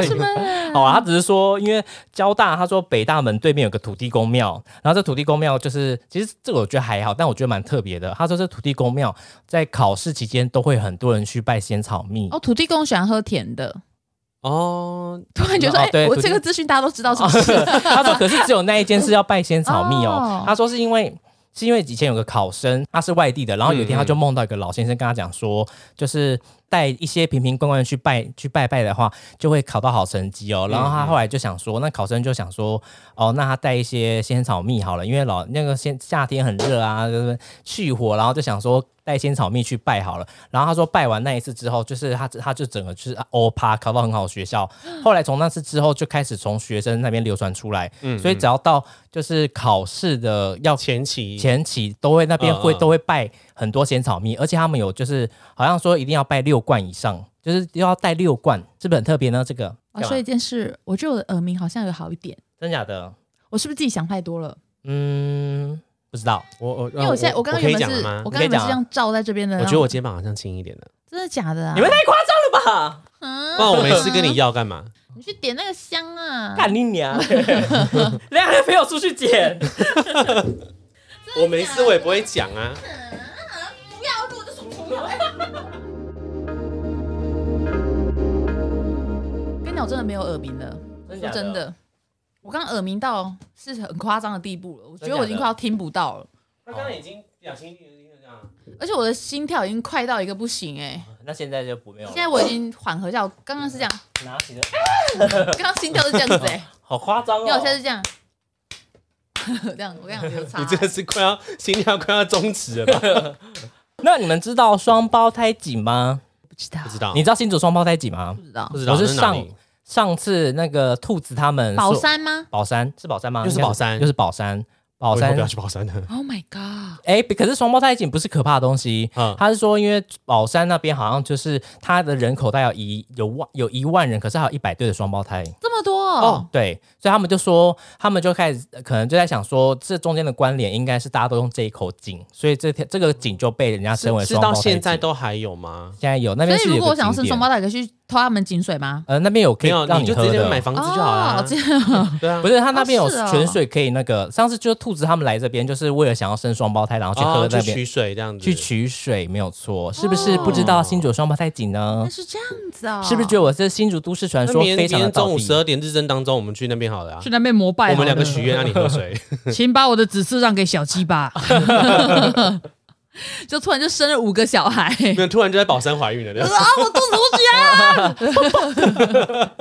Speaker 2: 是吗？
Speaker 4: 好啊，他只是说，因为交大，他说北大门对面有个土地公庙，然后这土地公庙就是，其实这个我觉得还好，但我觉得蛮特别的。他说这土地公庙在考试期间都会很多人去拜仙草蜜，
Speaker 2: 哦，土地公喜欢喝甜的。
Speaker 3: 哦，
Speaker 2: 突然觉得说，
Speaker 4: 哦
Speaker 2: 哎、
Speaker 4: 对
Speaker 2: 我
Speaker 4: 土地
Speaker 2: 这个资讯大家都知道，是不 是？
Speaker 4: 他说可是只有那一间是要拜仙草蜜
Speaker 2: 哦
Speaker 4: 哦。他说是因为。是因为以前有个考生，他是外地的，然后有一天他就梦到一个老先生跟他讲说，就是带一些瓶瓶罐罐去拜去拜拜的话，就会考到好成绩哦。然后他后来就想说，那考生就想说，哦，那他带一些仙草蜜好了，因为老那个仙夏天很热啊，就是去火，然后就想说带仙草蜜去拜好了。然后他说拜完那一次之后，就是他他就整个就是啊欧趴考到很好的学校，
Speaker 3: 嗯
Speaker 4: 后来从那次之后就开始从学生那边流传出来，所以只要到就是考试的要
Speaker 3: 嗯前期
Speaker 4: 前期都会那边会
Speaker 3: 嗯嗯
Speaker 4: 都会拜很多仙草蜜，而且他们有就是好像说一定要拜六罐以上，就是要带六罐，是不是很特别呢？这个
Speaker 2: 我说一件事，我觉得我的耳鸣好像有好一点，
Speaker 4: 真假的？
Speaker 2: 我是不是自己想太多了？
Speaker 4: 嗯，不知道。
Speaker 3: 我嗯我因
Speaker 2: 因为我现在我刚刚
Speaker 3: 可
Speaker 2: 原
Speaker 3: 以
Speaker 2: 本
Speaker 3: 讲
Speaker 2: 是
Speaker 3: 了吗
Speaker 2: 我？
Speaker 4: 你
Speaker 2: 刚
Speaker 4: 可
Speaker 2: 刚
Speaker 4: 以
Speaker 2: 原本
Speaker 4: 讲
Speaker 2: 是
Speaker 4: 啊
Speaker 2: 这样照在这边的，
Speaker 3: 我
Speaker 2: 然
Speaker 3: 觉
Speaker 2: 后
Speaker 3: 得我肩膀好像轻一点 了，
Speaker 2: 真的假的、啊？
Speaker 4: 你们太夸张了吧！
Speaker 3: 不然我每次跟你要干嘛？
Speaker 2: 啊 你去点那个香啊！
Speaker 4: 干你 娘！ 两个朋友出去捡，
Speaker 3: 我没事，我也不会讲啊。
Speaker 2: 嗯 跟你讲，我真的没有耳鸣了，
Speaker 4: 真
Speaker 2: 说
Speaker 4: 假
Speaker 2: 真的，我刚刚耳鸣到是很夸张的地步了，我觉
Speaker 4: 真
Speaker 2: 得
Speaker 4: 假
Speaker 2: 我已经
Speaker 4: 的
Speaker 2: 快要听不到了，
Speaker 3: 他刚刚已经表情已经这样。
Speaker 2: 而且我的心跳已经快到一个不行哎、
Speaker 4: 那现在就不没有了。
Speaker 2: 现在我已经缓和一下，我刚刚是这样，
Speaker 4: 拿起了，
Speaker 2: 刚刚心跳是这样子哎、
Speaker 4: 好夸张哦！
Speaker 2: 因为我现在是这样， 这样我跟你讲有差、
Speaker 3: 你这个是快要心跳快要终止了 吧？
Speaker 4: 那你们知道双胞胎几吗？
Speaker 2: 不知道
Speaker 3: 不知道，
Speaker 4: 你知道新竹双胞胎几吗
Speaker 2: 不？知道
Speaker 3: 啊不知道
Speaker 4: 我是
Speaker 3: 那哪里
Speaker 4: 上次那个兔子他们
Speaker 2: 宝
Speaker 4: 说，
Speaker 2: 山吗
Speaker 4: 宝山是宝山吗？
Speaker 3: 又是宝山
Speaker 4: 又是宝山，宝
Speaker 3: 我以后
Speaker 4: 山
Speaker 3: 不要去宝山 了。
Speaker 2: ？Oh my god！
Speaker 4: 哎、可是双胞胎已经不是可怕的东西，
Speaker 3: 嗯
Speaker 4: 他是说因为宝山那边好像就是他的人口大概有一有万有一万人，可是还有一百对的双胞胎。
Speaker 2: 这么多哦
Speaker 3: 哦
Speaker 4: 对，所以他们就说，他们就开始可能就在想说，这中间的关联应该是大家都用这一口井，所以这条这个井就被人家称为
Speaker 3: 是
Speaker 4: 双胞
Speaker 3: 到
Speaker 4: 胎井。
Speaker 3: 现在都还有吗？
Speaker 4: 现在有那
Speaker 2: 所
Speaker 4: 边
Speaker 2: 以
Speaker 4: 是有
Speaker 2: 如
Speaker 4: 个
Speaker 2: 果我想要
Speaker 4: 景
Speaker 2: 生双
Speaker 4: 点
Speaker 2: 胞胎，可以去偷他们井水吗？
Speaker 4: 呃那边有可
Speaker 3: 没
Speaker 4: 以
Speaker 3: 有，
Speaker 4: 让
Speaker 3: 你就
Speaker 4: 喝
Speaker 3: 直接买
Speaker 4: 的。
Speaker 3: 房子就好
Speaker 2: 哦
Speaker 3: 了
Speaker 2: 这。 样
Speaker 3: 对啊
Speaker 4: 不，是，他那边有
Speaker 2: 是哦
Speaker 4: 泉水可以那个。上次就是兔子他们来这边，就是为了想要生双胞胎，然后去喝
Speaker 3: 哦
Speaker 4: 那
Speaker 3: 去
Speaker 4: 边
Speaker 3: 取水这样子，
Speaker 4: 去取水，没有错，是不
Speaker 2: 哦
Speaker 4: 是？不知道新竹双胞胎井呢
Speaker 2: 那？哎是这样子啊、哦？
Speaker 4: 是不是觉得我是新竹都市传
Speaker 3: 那
Speaker 4: 说
Speaker 3: 明
Speaker 4: 非
Speaker 3: 天
Speaker 4: 常
Speaker 3: 明天
Speaker 4: 的
Speaker 3: 中
Speaker 4: 到
Speaker 3: 午
Speaker 4: 底
Speaker 3: 十？二点日正当中，我们去那边好了啊。
Speaker 2: 那边膜拜
Speaker 3: 我们两个许愿让你喝 水，
Speaker 2: 请把我的子嗣让给小 鸡吧。就突然就生了五个 小孩，
Speaker 3: 没有突然就在宝山怀孕了，这 样
Speaker 2: 啊！我肚子无血啊，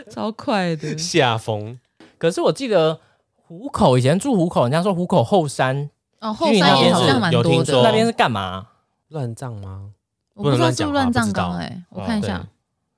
Speaker 2: 超快的。
Speaker 3: 吓疯。
Speaker 4: 可是我记得虎口以前住虎口，人家说虎口后山
Speaker 2: 哦，后山也好像蛮
Speaker 3: 有
Speaker 2: 多
Speaker 3: 听说
Speaker 4: 那
Speaker 2: 的，
Speaker 4: 边是干嘛？
Speaker 3: 乱葬吗？
Speaker 2: 我不知道是不
Speaker 3: 不
Speaker 2: 是
Speaker 3: 能哦乱
Speaker 2: 乱葬欸
Speaker 3: 讲话
Speaker 2: 岗哎，我看一下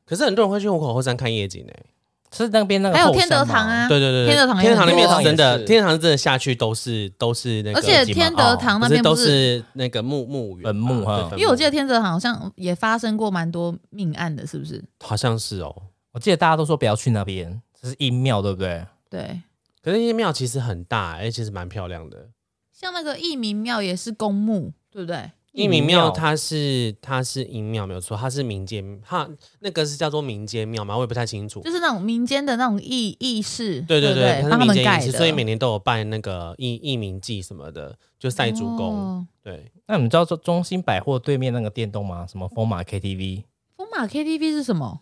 Speaker 3: 可是很多人会去虎口后山看夜景诶、欸
Speaker 4: 是那边那个
Speaker 2: 还有
Speaker 4: 后
Speaker 2: 天
Speaker 4: 山
Speaker 2: 德
Speaker 4: 吗
Speaker 2: 堂啊，
Speaker 3: 对对对，对
Speaker 2: 天德堂也
Speaker 3: 天德堂
Speaker 2: 很
Speaker 3: 那
Speaker 2: 多
Speaker 3: 边是真
Speaker 4: 哦也
Speaker 3: 的，
Speaker 4: 是
Speaker 3: 天德堂真的下去都是都是那个
Speaker 2: 而
Speaker 3: 金马奥，
Speaker 2: 且天德堂那边
Speaker 3: 不
Speaker 2: 不
Speaker 3: 是
Speaker 2: 是
Speaker 3: 都是那个墓墓园吧，啊
Speaker 4: 坟墓哈
Speaker 3: 对坟
Speaker 2: 因为我记得天泽好像也发生过蛮多命案的，是不是？
Speaker 3: 好像是哦，
Speaker 4: 我记得大家都说不要去那边，这是阴庙，对不对？
Speaker 2: 对，
Speaker 3: 可是那些庙其实很大，欸而且其实蛮漂亮的。
Speaker 2: 像那个义民庙也是公墓，对不对？
Speaker 3: 义民庙
Speaker 4: 庙
Speaker 3: 它是它是阴庙没有错，它是民间，它那个是叫做民间庙嘛，我也不太清楚。
Speaker 2: 就是那种民间的那种义义士，
Speaker 3: 对
Speaker 2: 对
Speaker 3: 对对，它是
Speaker 2: 帮他
Speaker 3: 民
Speaker 2: 们
Speaker 3: 间
Speaker 2: 盖
Speaker 3: 仪式，
Speaker 2: 的，
Speaker 3: 所以每年都有办那个义义民祭什么的，就晒竹公。
Speaker 2: 哦
Speaker 3: 对，
Speaker 4: 那你们知道中中心百货对面那个店洞吗？什么风马 KTV？
Speaker 2: 风马 KTV 是什么？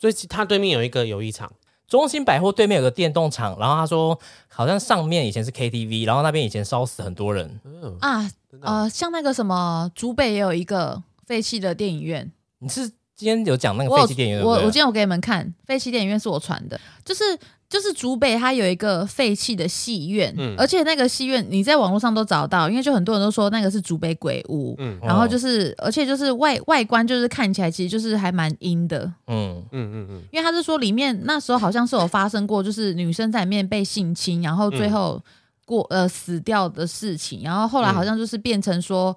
Speaker 3: 所以其它对面有一个游艺场，
Speaker 4: 中心百货对面有个电动场，然后他说好像上面以前是 KTV，然后那边以前烧死很多人。
Speaker 3: 嗯，
Speaker 2: 啊，
Speaker 3: 真的哦
Speaker 2: 呃，像那个什么，竹北也有一个废弃的电影院，
Speaker 4: 你是今天有讲那个
Speaker 2: 我
Speaker 4: 废
Speaker 2: 有
Speaker 4: 弃电影院
Speaker 2: 我我
Speaker 4: 对不
Speaker 2: 今
Speaker 4: 对？
Speaker 2: 天有给你们看，废弃电影院是我传的，就是就是竹北它有一个废弃的戏院，
Speaker 3: 嗯
Speaker 2: 而且那个戏院你在网络上都找到，因为就很多人都说那个是竹北鬼屋，
Speaker 3: 嗯
Speaker 2: 然后就是而且就是外外观就是看起来其实就是还蛮阴的，
Speaker 4: 嗯，
Speaker 3: 嗯嗯嗯，
Speaker 2: 因为他是说里面那时候好像是有发生过，就是女生在里面被性侵，然后最后过、呃死掉的事情，然后后来好像就是变成说。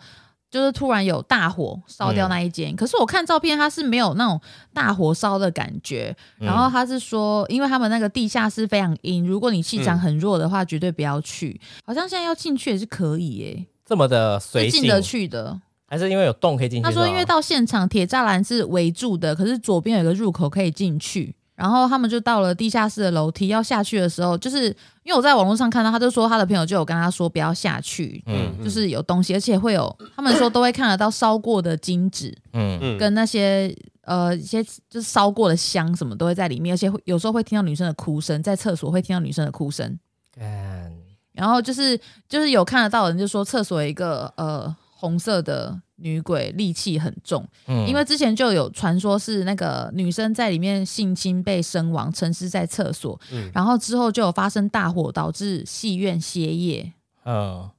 Speaker 2: 就是突然有大火烧掉那一间，可是我看照片，它是没有那种大火烧的感觉。然后他是说，因为他们那个地下室非常阴，如果你气场很弱的话，绝对不要去。好像现在要进去也是可以耶、
Speaker 4: 这么的随
Speaker 2: 是
Speaker 4: 性
Speaker 2: 进，得去的。
Speaker 4: 还是因为有洞可以进去？
Speaker 2: 他说，
Speaker 4: 是吧
Speaker 2: 因为到现场铁栅栏是围住的，可是左边有一个入口可以进去。然后他们就到了地下室的楼梯，要下去的时候，就是因为我在网络上看到，他就说他的朋友就有跟他说不要下去，
Speaker 4: 嗯
Speaker 2: 就是有东西，而且会有他们说都会看得到烧过的金纸
Speaker 4: 嗯嗯
Speaker 3: 嗯
Speaker 2: 跟那些呃一些就是烧过的香什么都会在里面，而且会有时候会听到女生的哭声，在厕所会听到女生的哭声。
Speaker 4: 干
Speaker 2: 然后就是就是有看得到的人就说厕所有一个呃红色的女鬼戾气很重，
Speaker 4: 嗯
Speaker 2: 因为之前就有传说是那个女生在里面性侵被身亡，沉尸在厕所，
Speaker 4: 嗯
Speaker 2: 然后之后就有发生大火，导致戏院歇业。
Speaker 4: 嗯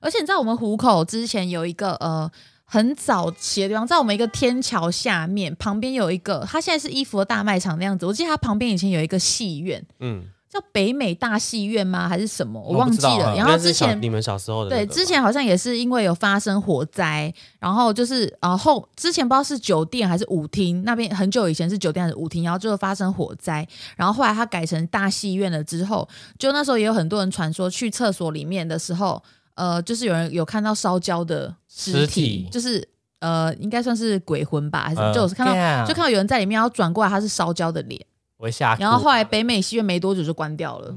Speaker 2: 而且你知道我们虎口之前有一个呃。很早期的地方，在我们一个天桥下面，旁边有一个，它现在是衣服的大卖场那样子。我记得它旁边以前有一个戏院，
Speaker 3: 嗯，
Speaker 2: 叫北美大戏院吗？还是什么？我
Speaker 4: 我
Speaker 2: 忘
Speaker 4: 不
Speaker 2: 记
Speaker 4: 知道
Speaker 2: 了。
Speaker 4: 啊
Speaker 2: 然后
Speaker 3: 那是
Speaker 2: 之
Speaker 3: 小
Speaker 2: 前
Speaker 3: 你们小时候的那
Speaker 2: 对，
Speaker 3: 个吧
Speaker 2: 之前好像也是因为有发生火灾，然后就是呃后之前不知道是酒店还是舞厅那边很久以前是酒店还是舞厅，然后就发生火灾，然后后来它改成大戏院了之后，就那时候也有很多人传说去厕所里面的时候，呃，就是有人有看到烧焦的尸
Speaker 4: 尸体
Speaker 2: 就是呃应该算是鬼魂吧，还是、
Speaker 4: 嗯
Speaker 2: 就有看到
Speaker 4: 干
Speaker 2: 就看到有人在里面，然后转过来他是烧焦的脸。
Speaker 4: 我会吓哭，
Speaker 2: 然后后来北美戏院没多久就关掉了，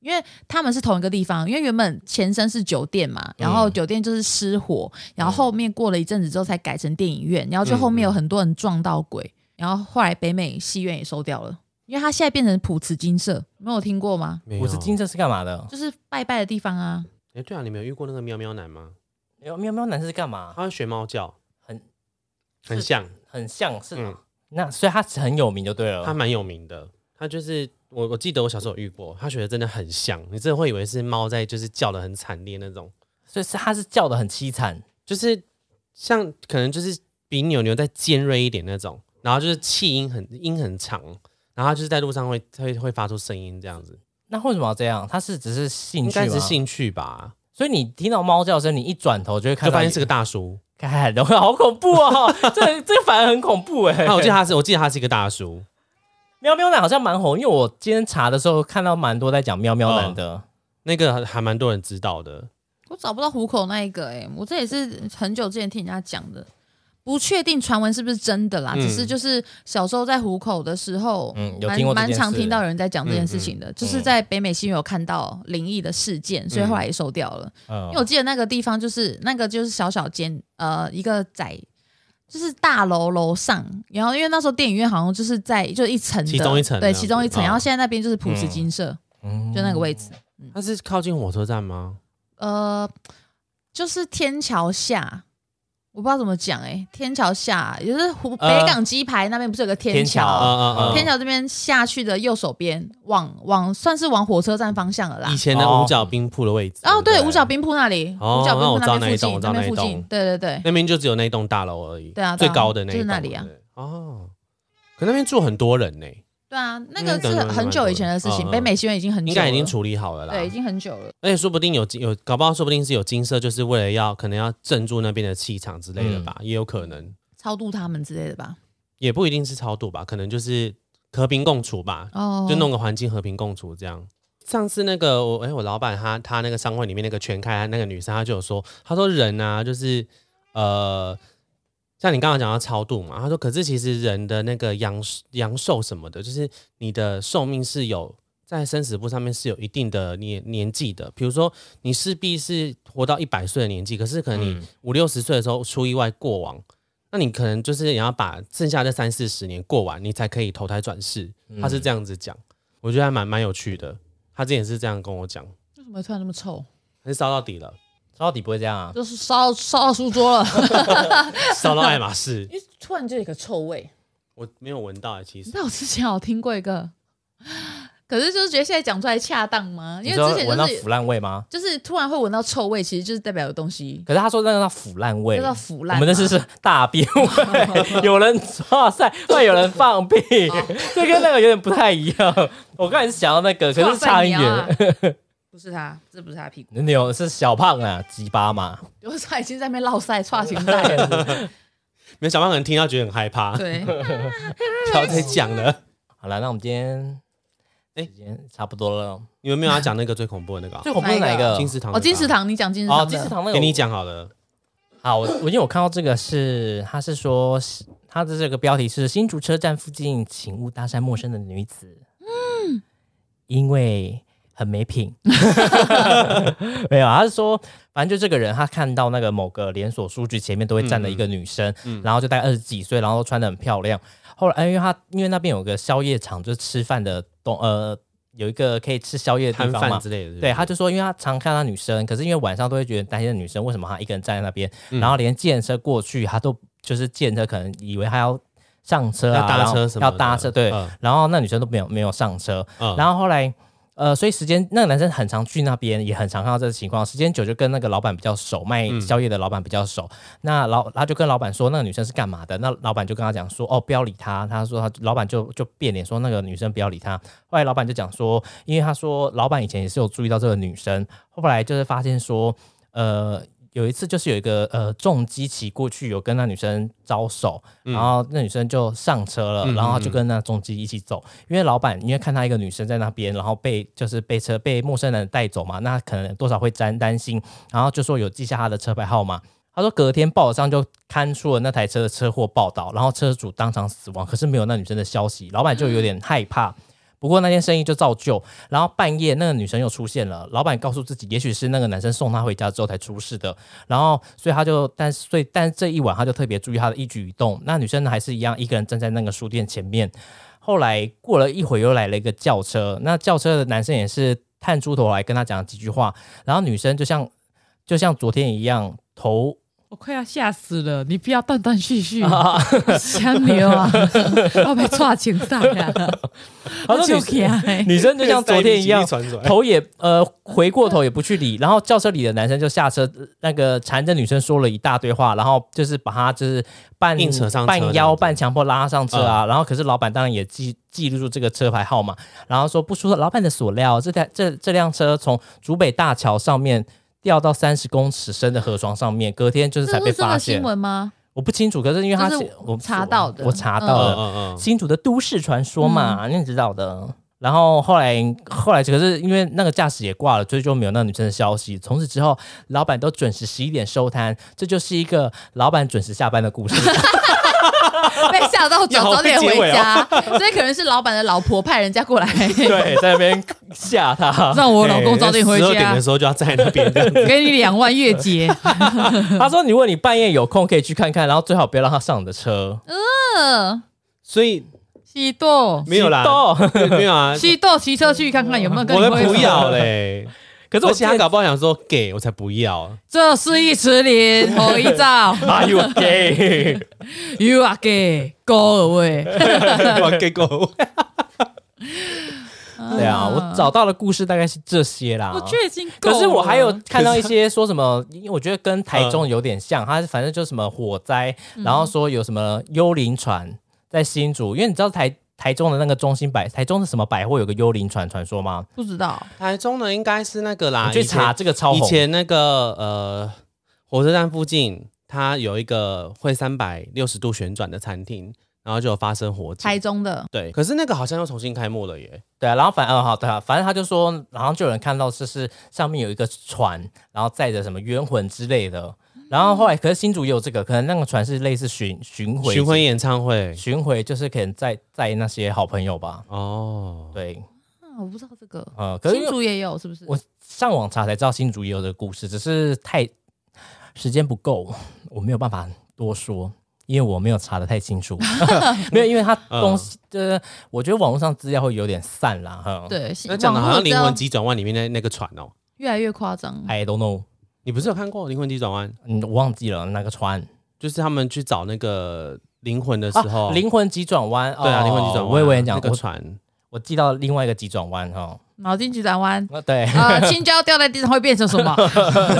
Speaker 2: 因为他们是同一个地方，因为原本前身是酒店嘛，然后酒店就是失火，然后后面过了一阵子之后才改成电影院，然后就后面有很多人撞到鬼，然后后来北美戏院也收掉了，因为它现在变成普慈金社，没有听过吗？
Speaker 3: 没有
Speaker 4: 我是金，这是干嘛的？
Speaker 2: 就是拜拜的地方啊，
Speaker 3: 哎，对啊，你们有遇过那个喵喵男吗？
Speaker 4: 喵喵喵男是干
Speaker 2: 啊
Speaker 4: 嘛？
Speaker 3: 他会学猫叫，
Speaker 4: 很
Speaker 3: 很像，
Speaker 4: 很像是、
Speaker 3: 嗯
Speaker 4: 那，所以他很有名就对了。
Speaker 3: 他蛮有名的。他就是我，我记得我小时候有遇过，他学的真的很像，你真的会以为是猫在就是叫的很惨烈那种，
Speaker 4: 所以是他是叫的很凄惨，
Speaker 3: 就是像可能就是比牛牛再尖锐一点那种，然后就是气音很音很长，然后他就是在路上会会会发出声音这样子，
Speaker 4: 那为什么要这样？他是只是兴
Speaker 3: 应
Speaker 4: 趣
Speaker 3: 该
Speaker 4: 吗？
Speaker 3: 是兴趣吧，
Speaker 4: 所以你听到猫叫声，你一转头就会看
Speaker 3: 就
Speaker 4: 到，
Speaker 3: 发现是个大叔。
Speaker 4: 看，然后好恐怖哦， 这这反而很恐怖哎、
Speaker 3: 那我记得他是，我记得他是一个大叔，
Speaker 4: 喵喵男好像蛮红，因为我今天查的时候看到蛮多在讲喵喵男的。
Speaker 3: 那个还蛮多人知道的。
Speaker 2: 我找不到虎口那一个、欸，我这也是很久之前听人家讲的。不确定传闻是不是真的啦，
Speaker 3: 嗯
Speaker 2: 只是就是小时候在虎口的时候，
Speaker 4: 嗯有
Speaker 2: 蛮
Speaker 4: 听过这件
Speaker 2: 蛮
Speaker 4: 事
Speaker 2: 常听到有人在讲这件事情的，就是在北美新闻有看到灵异的事件，所以后来也收掉了。
Speaker 4: 嗯
Speaker 3: 哦
Speaker 2: 因为我记得那个地方就是那个就是小小间呃一个窄，就是大楼楼上，然后因为那时候电影院好像就是在就一层的，
Speaker 3: 其中一层
Speaker 2: 对，
Speaker 3: 这样子
Speaker 2: 其中一层，
Speaker 3: 哦
Speaker 2: 然后现在那边就是普慈金社，
Speaker 4: 嗯
Speaker 2: 就那个位置，
Speaker 3: 他是靠近火车站吗？
Speaker 2: 呃，就是天桥下，我不知道怎么讲哎、天桥下也就是湖北
Speaker 3: 呃
Speaker 2: 港鸡排那边不是有个天
Speaker 4: 天
Speaker 3: 啊
Speaker 4: 桥
Speaker 2: 桥？
Speaker 3: 啊啊！
Speaker 2: 天桥这边下去的右手边，往往算是往火车站方向了啦
Speaker 3: 以。前的
Speaker 4: 哦
Speaker 3: 五角冰铺的位置。
Speaker 2: 哦，对，
Speaker 3: 不
Speaker 2: 五角兵铺那里，
Speaker 3: 哦
Speaker 2: 五角兵
Speaker 3: 那我
Speaker 2: 铺
Speaker 3: 知道那
Speaker 2: 边
Speaker 3: 一
Speaker 2: 附
Speaker 3: 栋我
Speaker 2: 近，
Speaker 3: 知道
Speaker 2: 那边附
Speaker 3: 那一
Speaker 2: 近
Speaker 3: 栋，
Speaker 2: 对 对对，
Speaker 3: 那边就只有那一栋大楼而已，
Speaker 2: 对啊对
Speaker 3: 最
Speaker 2: 啊
Speaker 3: 高的那一
Speaker 2: 就是
Speaker 3: 栋
Speaker 2: 那里啊。
Speaker 3: 对不对哦，可那边住很多人呢、
Speaker 2: 对啊，那个是
Speaker 3: 嗯
Speaker 2: 很久以前的事情，
Speaker 3: 嗯嗯
Speaker 2: 北美西园已经很久
Speaker 3: 应
Speaker 2: 了，
Speaker 3: 该已经处理好了啦。
Speaker 2: 对，已经很久了。
Speaker 3: 而且说不定有金有，搞不好说不定是有金色，就是为了要可能要镇住那边的气场之类的吧，也有可能，
Speaker 2: 超度他们之类的吧？
Speaker 3: 也不一定是超度吧，可能就是和平共处吧，
Speaker 2: 哦，
Speaker 3: 就弄个环境和平共处这样。上次那个我哎、我老板他他那个商会里面那个全开那个女生，她就有说，她说人啊，就是呃，像你刚刚讲到超度嘛，她说可是其实人的那个阳阳寿什么的，就是你的寿命是有在生死簿上面是有一定的年年纪的，比如说你势必是活到一百岁的年纪，可是可能你五六十岁的时候出意外过往，那你可能就是你要把剩下的三四十年过完，你才可以投胎转世。他
Speaker 4: 嗯
Speaker 3: 是这样子讲，我觉得还蛮蛮有趣的。他之前是这样跟我讲，
Speaker 2: 为什么突然那么臭？
Speaker 3: 还是烧到底了，
Speaker 4: 烧到底不会这样啊。
Speaker 2: 就是烧烧到书桌了， ，
Speaker 3: 烧到爱马 仕
Speaker 2: 因为突然就有一个臭味。
Speaker 3: 我没有闻到、欸、其
Speaker 2: 你
Speaker 3: 实
Speaker 2: 知。道我之前有听过一个， 可是就是觉得现在讲出来恰当吗？因为之
Speaker 4: 你
Speaker 2: 前
Speaker 4: 知道闻到
Speaker 2: 就是
Speaker 4: 腐烂味吗？
Speaker 2: 就是突然会闻到臭味，其实就是代表有东西
Speaker 4: 可是他说那个叫腐烂味
Speaker 2: 就，到腐
Speaker 4: 我
Speaker 2: 烂嘛。
Speaker 4: 们那是是大便味， 有人哇塞，会有人放屁，
Speaker 2: 哦
Speaker 4: 这跟那个有点不太一样。我刚才是想到那个，可
Speaker 2: 哇
Speaker 4: 是
Speaker 2: 塞
Speaker 4: 差很
Speaker 2: 你啊
Speaker 4: 远。
Speaker 2: 不是他，这不是他屁股，
Speaker 4: 牛是小胖啊，鸡巴嘛，
Speaker 2: 我他已经在那边落塞串形带了。
Speaker 3: 没有小胖可能听到觉得很害怕，
Speaker 2: 对，
Speaker 3: 不要再讲了。
Speaker 4: 好了，那我们今天
Speaker 3: 哎
Speaker 4: 时间差不多了。
Speaker 3: 你们没有要讲那个最恐怖的那个啊、
Speaker 4: 最恐怖是哪一个？
Speaker 3: 金石堂的吧
Speaker 2: 哦，金石堂，你讲金石
Speaker 4: 哦，
Speaker 2: 堂
Speaker 4: 金石
Speaker 2: 的，
Speaker 4: 堂那个
Speaker 3: 给你。讲好了。
Speaker 4: 好，我我因为我看到这个是，他是说他的这个标题是新竹车站附近，请勿搭讪陌生的女子。嗯，因为很 没品。没有，啊他是说，反正就这个人，他看到那个某个连锁书局前面都会站着一个女生，
Speaker 3: 嗯
Speaker 4: 然后就大概二十几岁，然后穿的很漂亮。后来，哎因为他因为那边有个宵夜场，就是吃饭的东呃。有一个可以吃宵夜的
Speaker 3: 摊
Speaker 4: 地方嘛
Speaker 3: 贩，之类的，
Speaker 4: 对，他就说，因为他常看到女生，可是因为晚上都会觉得担心女生为什么她一个人站在那边，
Speaker 3: 嗯
Speaker 4: 然后连计程车过去，他都就是计程车可能以为他要上车啊，
Speaker 3: 要搭
Speaker 4: 然后
Speaker 3: 车什么
Speaker 4: 要
Speaker 3: 的
Speaker 4: 搭车，对，
Speaker 3: 嗯
Speaker 4: 然后那女生都没有没有上车，
Speaker 3: 嗯
Speaker 4: 然后后来。呃，所以时间那个男生很常去那边，也很常看到这个情况。时间久就跟那个老板比较熟，卖宵夜的老板比较熟。那老他就跟老板说那个女生是干嘛的，那老板就跟他讲说哦不要理他。他说他老板就就变脸说那个女生不要理他。后来老板就讲说，因为他说老板以前也是有注意到这个女生，后来就是发现说呃。有一次就是有一个呃重机骑过去，有跟那女生招手，然后那女生就上车了，然后他就跟那重机一起走。因为老板因为看到一个女生在那边，然后被就是被车被陌生人带走嘛，那可能多少会担担心，然后就说有记下她的车牌号码。他说隔天报纸上就刊出了那台车的车祸报道，然后车主当场死亡，可是没有那女生的消息，老板就有点害怕。不过那件生意就照旧，然后半夜那个女生又出现了，老板告诉自己，也许是那个男生送她回家之后才出事的，然后所以他就，但是所以但这一晚他就特别注意她的一举一动。那女生呢还是一样一个人站在那个书店前面。后来过了一会，又来了一个轿车，那轿车的男生也是探出头来跟他讲几句话，然后女生就像就像昨天一样头
Speaker 2: 我快要吓死了！你不要断断续续，香牛啊，我被串情带 啊，
Speaker 4: 好
Speaker 2: 我
Speaker 4: 像
Speaker 2: 就
Speaker 4: 哦女
Speaker 2: 起来。
Speaker 4: 女生就像昨天一样，
Speaker 3: 传出来，
Speaker 4: 头也呃回过头也不去理，然后轿车里的男生就下车，那个缠着女生说了一大堆话，然后就是把她就是半
Speaker 3: 硬扯上车
Speaker 4: 半
Speaker 3: 这样
Speaker 4: 腰
Speaker 3: 子嗯
Speaker 4: 半强迫拉上车啊，然后可是老板当然也记记录住这个车牌号码，然后说不出老板的所料，这台这这辆车从竹北大桥上面。掉到三十公尺深的河床上面，隔天就是才
Speaker 2: 这
Speaker 4: 被
Speaker 2: 是真
Speaker 4: 发
Speaker 2: 的新
Speaker 4: 现。
Speaker 2: 闻吗？
Speaker 4: 我不清楚，可是因为他
Speaker 2: 这是
Speaker 4: 写我
Speaker 2: 查到的
Speaker 4: 我查到了，
Speaker 3: 嗯嗯
Speaker 4: 新竹的都市传说嘛，
Speaker 2: 嗯
Speaker 4: 你知道的。然后后来后来，可是因为那个驾驶也挂了，所以就没有那女生的消息。从此之后，老板都准时十一点收摊，这就是一个老板准时下班 的故事。
Speaker 2: 被吓到早早点
Speaker 3: 要好会
Speaker 2: 回
Speaker 3: 结尾
Speaker 2: 家，所以可能是老板的老婆派人家过来，
Speaker 4: 啊 对，啊哎在那边吓他。
Speaker 2: 让我老公早点回
Speaker 3: 哎十二点
Speaker 2: 家
Speaker 3: 的，时候就要在那边这样 子
Speaker 2: 给你两万月 结。
Speaker 4: 他说：“如果你半夜有空，可以去看看，然后最好不要让他上你的车。
Speaker 2: 嗯，
Speaker 3: 所以
Speaker 2: 喜豆，
Speaker 3: 没有啦，
Speaker 4: 激 动
Speaker 3: 没有啊，
Speaker 2: 喜豆骑车去看看有没有啊跟
Speaker 3: 我
Speaker 2: 你
Speaker 3: 们
Speaker 2: 挥手
Speaker 3: 不要嘞。
Speaker 4: 可是我
Speaker 3: 而且他搞不好想说给我才不 要，
Speaker 2: 这是一池 林，我一照
Speaker 4: Are you gay？
Speaker 2: ，You are gay, go away。
Speaker 3: 我给狗。
Speaker 4: 对啊，我找到的故事大概是这些啦。
Speaker 2: 嗯我觉得已经够
Speaker 4: 可
Speaker 2: 了。
Speaker 4: 是我还有看到一些说什么，因为我觉得跟台
Speaker 3: 嗯
Speaker 4: 中有点像，它反
Speaker 2: 嗯
Speaker 4: 正就什么火灾，然后说有什么幽灵船在新竹，因为你知道台台中的那个中心百，台中是什么百货有个幽灵船传说吗？
Speaker 2: 不知道
Speaker 3: 台中的应该是那个啦，
Speaker 4: 你
Speaker 3: 啊
Speaker 4: 去
Speaker 3: 以前
Speaker 4: 查这个超
Speaker 3: 以
Speaker 4: 红，
Speaker 3: 前那个呃火车站附近，它有一个会三百六十度旋转的餐厅，然后就有发生火
Speaker 2: 台
Speaker 3: 警。
Speaker 2: 中的
Speaker 3: 对，可是那个好像又重新开幕了耶。
Speaker 4: 对啊，然后反嗯好对啊，反正他就说，然后就有人看到就是上面有一个船，然后载着什么冤魂之类的。
Speaker 2: 嗯
Speaker 4: 然后后来，可是新竹也有这个，可能那个船是类似巡巡回
Speaker 3: 巡回演唱会
Speaker 4: 巡回，就是可能载载那些好朋友吧。
Speaker 3: 哦，
Speaker 4: 对，
Speaker 2: 啊，我不知道这个。
Speaker 4: 呃，可是因
Speaker 2: 新
Speaker 4: 为
Speaker 2: 竹也有是不是？
Speaker 4: 我上网查才知道新竹也有这个故事，只是太时间不够，我没有办法多说，因为我没有查的太清楚。 没有，因为它东
Speaker 3: 嗯
Speaker 4: 西，呃，我觉得网络上资料会有点散啦。哈，
Speaker 2: 对，
Speaker 3: 那讲的
Speaker 2: 网
Speaker 3: 好
Speaker 2: 络
Speaker 3: 像《灵
Speaker 2: 知道
Speaker 3: 魂急转弯》里面那那个船哦，
Speaker 2: 越来越夸张。
Speaker 4: ，I don't know，
Speaker 3: 你不是有看过《灵魂急转弯》？
Speaker 4: 嗯，我忘记了那个船。
Speaker 3: 就是他们去找那个灵魂的时候，
Speaker 4: 啊、灵魂急转弯，
Speaker 3: 哦对啊，
Speaker 4: 哦
Speaker 3: 灵魂急转弯啊，
Speaker 4: 我以为你讲
Speaker 3: 那个
Speaker 4: 我
Speaker 3: 船，
Speaker 4: 我记到另外一个急转 弯哈，
Speaker 2: 脑筋急转
Speaker 4: ，
Speaker 2: 弯
Speaker 4: 啊对，
Speaker 2: 呃，青椒掉在地上会变成什 么？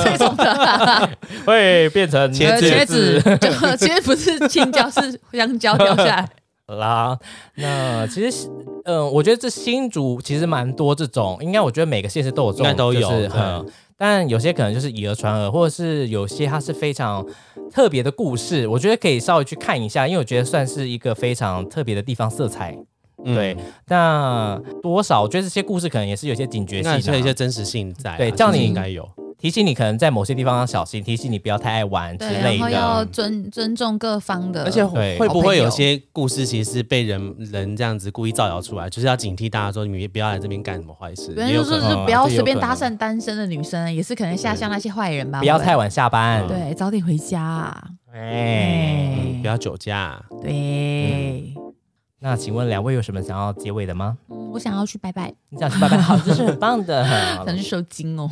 Speaker 2: 这种的，呃
Speaker 4: 会变成
Speaker 3: 茄子
Speaker 2: 茄子，就 其实不是青椒，是香蕉掉下来。
Speaker 4: 啦。那其实是。嗯，我觉得这新竹其实蛮多这种，应该我觉得每个县市都有这种，
Speaker 3: 应该都有
Speaker 4: 就是
Speaker 3: 对
Speaker 4: 嗯，但有些可能就是以讹传讹，或者是有些它是非常特别的故事，我觉得可以稍微去看一下，因为我觉得算是一个非常特别的地方色彩。
Speaker 3: 嗯
Speaker 4: 对，那多少我觉得这些故事可能也是有一些警觉
Speaker 3: 应
Speaker 4: 性、啊，
Speaker 3: 该是有一些真实性在啊，
Speaker 4: 对这样
Speaker 3: 其实
Speaker 4: 你
Speaker 3: 应该有。
Speaker 4: 提醒你可能在某些地方要小心，提醒你不要太爱玩之
Speaker 2: 对，
Speaker 4: 类
Speaker 2: 然后要
Speaker 4: 的。
Speaker 2: 尊尊重各方的，
Speaker 3: 而且
Speaker 4: 对
Speaker 3: 会不会有
Speaker 2: 好朋
Speaker 3: 些故事其实是被人人这样子故意造谣出来，就是要警惕大家说你们不要来这边干什么坏事。
Speaker 2: 原
Speaker 3: 也有
Speaker 2: 来就是
Speaker 3: 可能
Speaker 2: 是
Speaker 4: 啊
Speaker 2: 不要
Speaker 4: 这有
Speaker 2: 随便
Speaker 4: 可能
Speaker 2: 搭讪单身的女生，啊也是可能下乡那些坏人吧。
Speaker 4: 不要
Speaker 2: 我
Speaker 4: 太晚下班，
Speaker 3: 嗯
Speaker 2: 对，早点回家。啊
Speaker 4: 哎，
Speaker 3: 嗯不要酒驾。
Speaker 4: 嗯
Speaker 2: 对，
Speaker 4: 那请问两位有什么想要结尾的吗？
Speaker 2: 嗯我想要去拜拜，
Speaker 4: 你想去拜拜，好，这是很 棒的。
Speaker 2: 想去收金哦。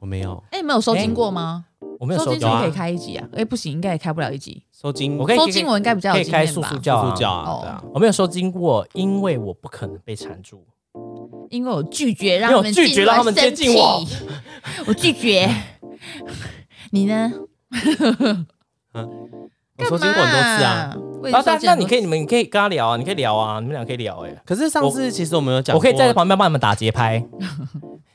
Speaker 3: 我没有
Speaker 2: 哎，你们有收
Speaker 4: 哎
Speaker 2: 金过吗？
Speaker 4: 我没有
Speaker 2: 收
Speaker 4: 收
Speaker 2: 金是
Speaker 4: 到
Speaker 2: 不
Speaker 3: 有啊
Speaker 2: 是可以开一集啊？哎，不行，应该也开不了一集。
Speaker 3: 收金，
Speaker 4: 我可以
Speaker 2: 收金我应该比较
Speaker 4: 可
Speaker 2: 有
Speaker 4: 以
Speaker 2: 经
Speaker 4: 开
Speaker 2: 验
Speaker 4: 速
Speaker 2: 吧
Speaker 4: 速。教啊
Speaker 3: 助教啊，
Speaker 2: 哦
Speaker 3: 对啊。
Speaker 4: 我没有收金过，因为我不可能被缠住。
Speaker 2: 因为我拒绝让
Speaker 4: 因为我
Speaker 2: 他们
Speaker 4: 拒绝
Speaker 2: 进
Speaker 4: 让
Speaker 2: 我
Speaker 4: 他们接
Speaker 2: 身
Speaker 4: 近我
Speaker 2: 体，我拒绝。 你呢？
Speaker 3: 我收金过很多次啊。
Speaker 2: 我也
Speaker 4: 然后
Speaker 2: 收
Speaker 4: 但
Speaker 2: 金
Speaker 4: 那
Speaker 2: 很多次。
Speaker 4: 你可以，你们你可以跟他聊啊，你可以聊啊，你们俩可以聊哎、
Speaker 3: 可是上次其实我们有讲
Speaker 4: 我
Speaker 3: 过，
Speaker 4: 可以在旁边帮你们打 节拍。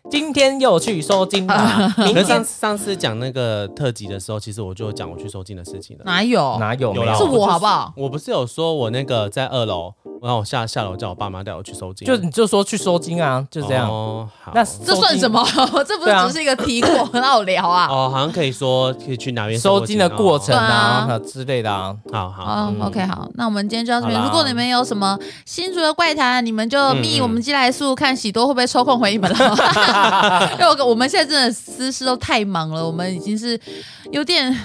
Speaker 4: 今天又去收金啦，明
Speaker 3: 可是
Speaker 4: 天
Speaker 3: 上上次讲那个特辑的时候，其实我就有讲我去收金的事情了。
Speaker 2: 哪有？
Speaker 4: 哪有
Speaker 3: 有
Speaker 4: 没
Speaker 3: 啦
Speaker 2: 是
Speaker 3: 就
Speaker 2: 我好不好？
Speaker 3: 我不是有说我那个在二楼，然后我下下楼叫我爸妈带我去收金，
Speaker 4: 就你就说去收金啊，就这样。
Speaker 3: 哦，好。
Speaker 4: 那
Speaker 2: 这算什么？ 这不
Speaker 4: 对
Speaker 2: 是
Speaker 4: 啊
Speaker 2: 只是一个提过，很好聊啊。
Speaker 3: 哦，好像可以说可以去哪边
Speaker 4: 收
Speaker 3: 金
Speaker 4: 金的过程啊
Speaker 2: 对啊
Speaker 4: 和之类的啊。
Speaker 3: 哦。好好，
Speaker 2: 哦、o k 好，那我们今天就到这边。
Speaker 4: 好啦
Speaker 2: 如果你们有什么新竹的怪谈，你们就密我们寄来速看喜多会不会抽空回你们了。因为我我们现在真的私事都太忙了，我们已经是有点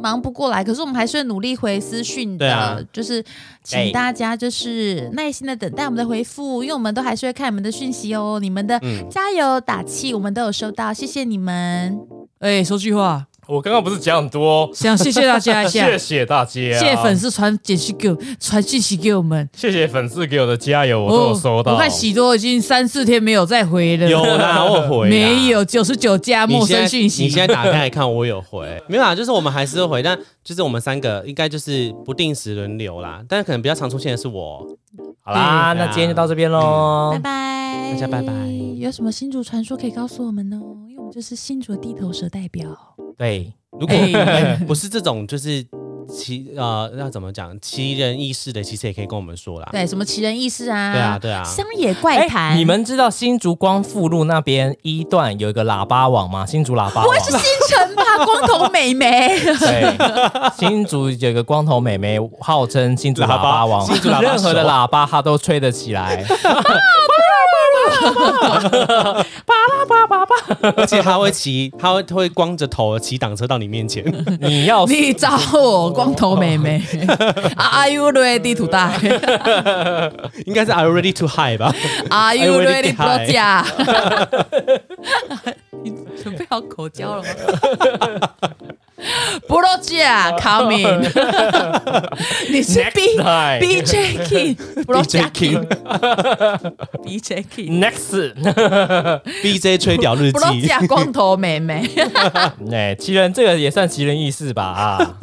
Speaker 2: 忙不过来，可是我们还是会努力回私讯
Speaker 3: 对
Speaker 2: 的。
Speaker 3: 啊
Speaker 2: 就是
Speaker 4: 对
Speaker 2: 请大家就是耐心的等待我们的回复，因为我们都还是会看你们的讯息哦。你们的
Speaker 3: 嗯
Speaker 2: 加油打气，我们都有收到，谢谢你们。哎、说句话，
Speaker 4: 我刚刚不是讲很多，
Speaker 2: 想谢谢大家一
Speaker 4: 谢大家啊
Speaker 3: 啊
Speaker 2: 谢谢粉丝传简讯给我，传讯息给我们。
Speaker 4: 谢谢粉丝给我的加油，
Speaker 2: 哦我看喜多已经三四天没有再回了，
Speaker 3: 有啦，我回啦啊
Speaker 2: 没有九十九加
Speaker 3: 你
Speaker 2: 陌
Speaker 3: 现在
Speaker 2: 生讯息？
Speaker 3: 你现在打开来看，我有回，没有啦，就是我们还是会回，但就是我们三个应该就是不定时轮流啦，但是可能比较常出现的是我，
Speaker 4: 好啦，哎
Speaker 3: 嗯
Speaker 4: 那今天就到这边喽
Speaker 2: 拜。拜，
Speaker 3: 大家拜拜
Speaker 2: 有什么新竹传说可以告诉我们呢？因为我们就是新竹的地头蛇代表。
Speaker 4: 对，
Speaker 3: 如果、哎不是这种就是奇呃要怎么讲奇人异事的，其实也可以跟我们说啦。
Speaker 2: 对，什么奇人异事啊？
Speaker 3: 对啊，对啊，
Speaker 2: 乡野怪谈。
Speaker 4: 哎你们知道新竹光复路那边一段有一个喇叭网吗？新竹喇叭
Speaker 2: 不
Speaker 4: 网
Speaker 2: 会。是新城吧？光头美 眉，
Speaker 4: 对，新竹有一个光头美眉，号称新竹喇叭网，
Speaker 3: 新竹喇叭手
Speaker 4: 任何的喇叭她都吹得起 来。
Speaker 3: 而且他会骑，他会会光着头骑挡车到你面前，
Speaker 4: 你要
Speaker 2: 你找我光头美 眉啊？Are you ready to die？
Speaker 3: 应该是 Are you ready to high 吧？
Speaker 2: Are you
Speaker 3: Are you
Speaker 2: ready
Speaker 3: ready
Speaker 2: to
Speaker 3: to
Speaker 2: go？你准备好口交了吗？ 不落 架，coming！你是 B
Speaker 4: time
Speaker 2: B J King，不落啊架 King，B J King，
Speaker 4: next，
Speaker 3: BJ 吹屌日
Speaker 2: 不落啊
Speaker 3: 记，
Speaker 2: 架光头妹妹。
Speaker 4: 哎，奇人这个也算奇人异事吧啊。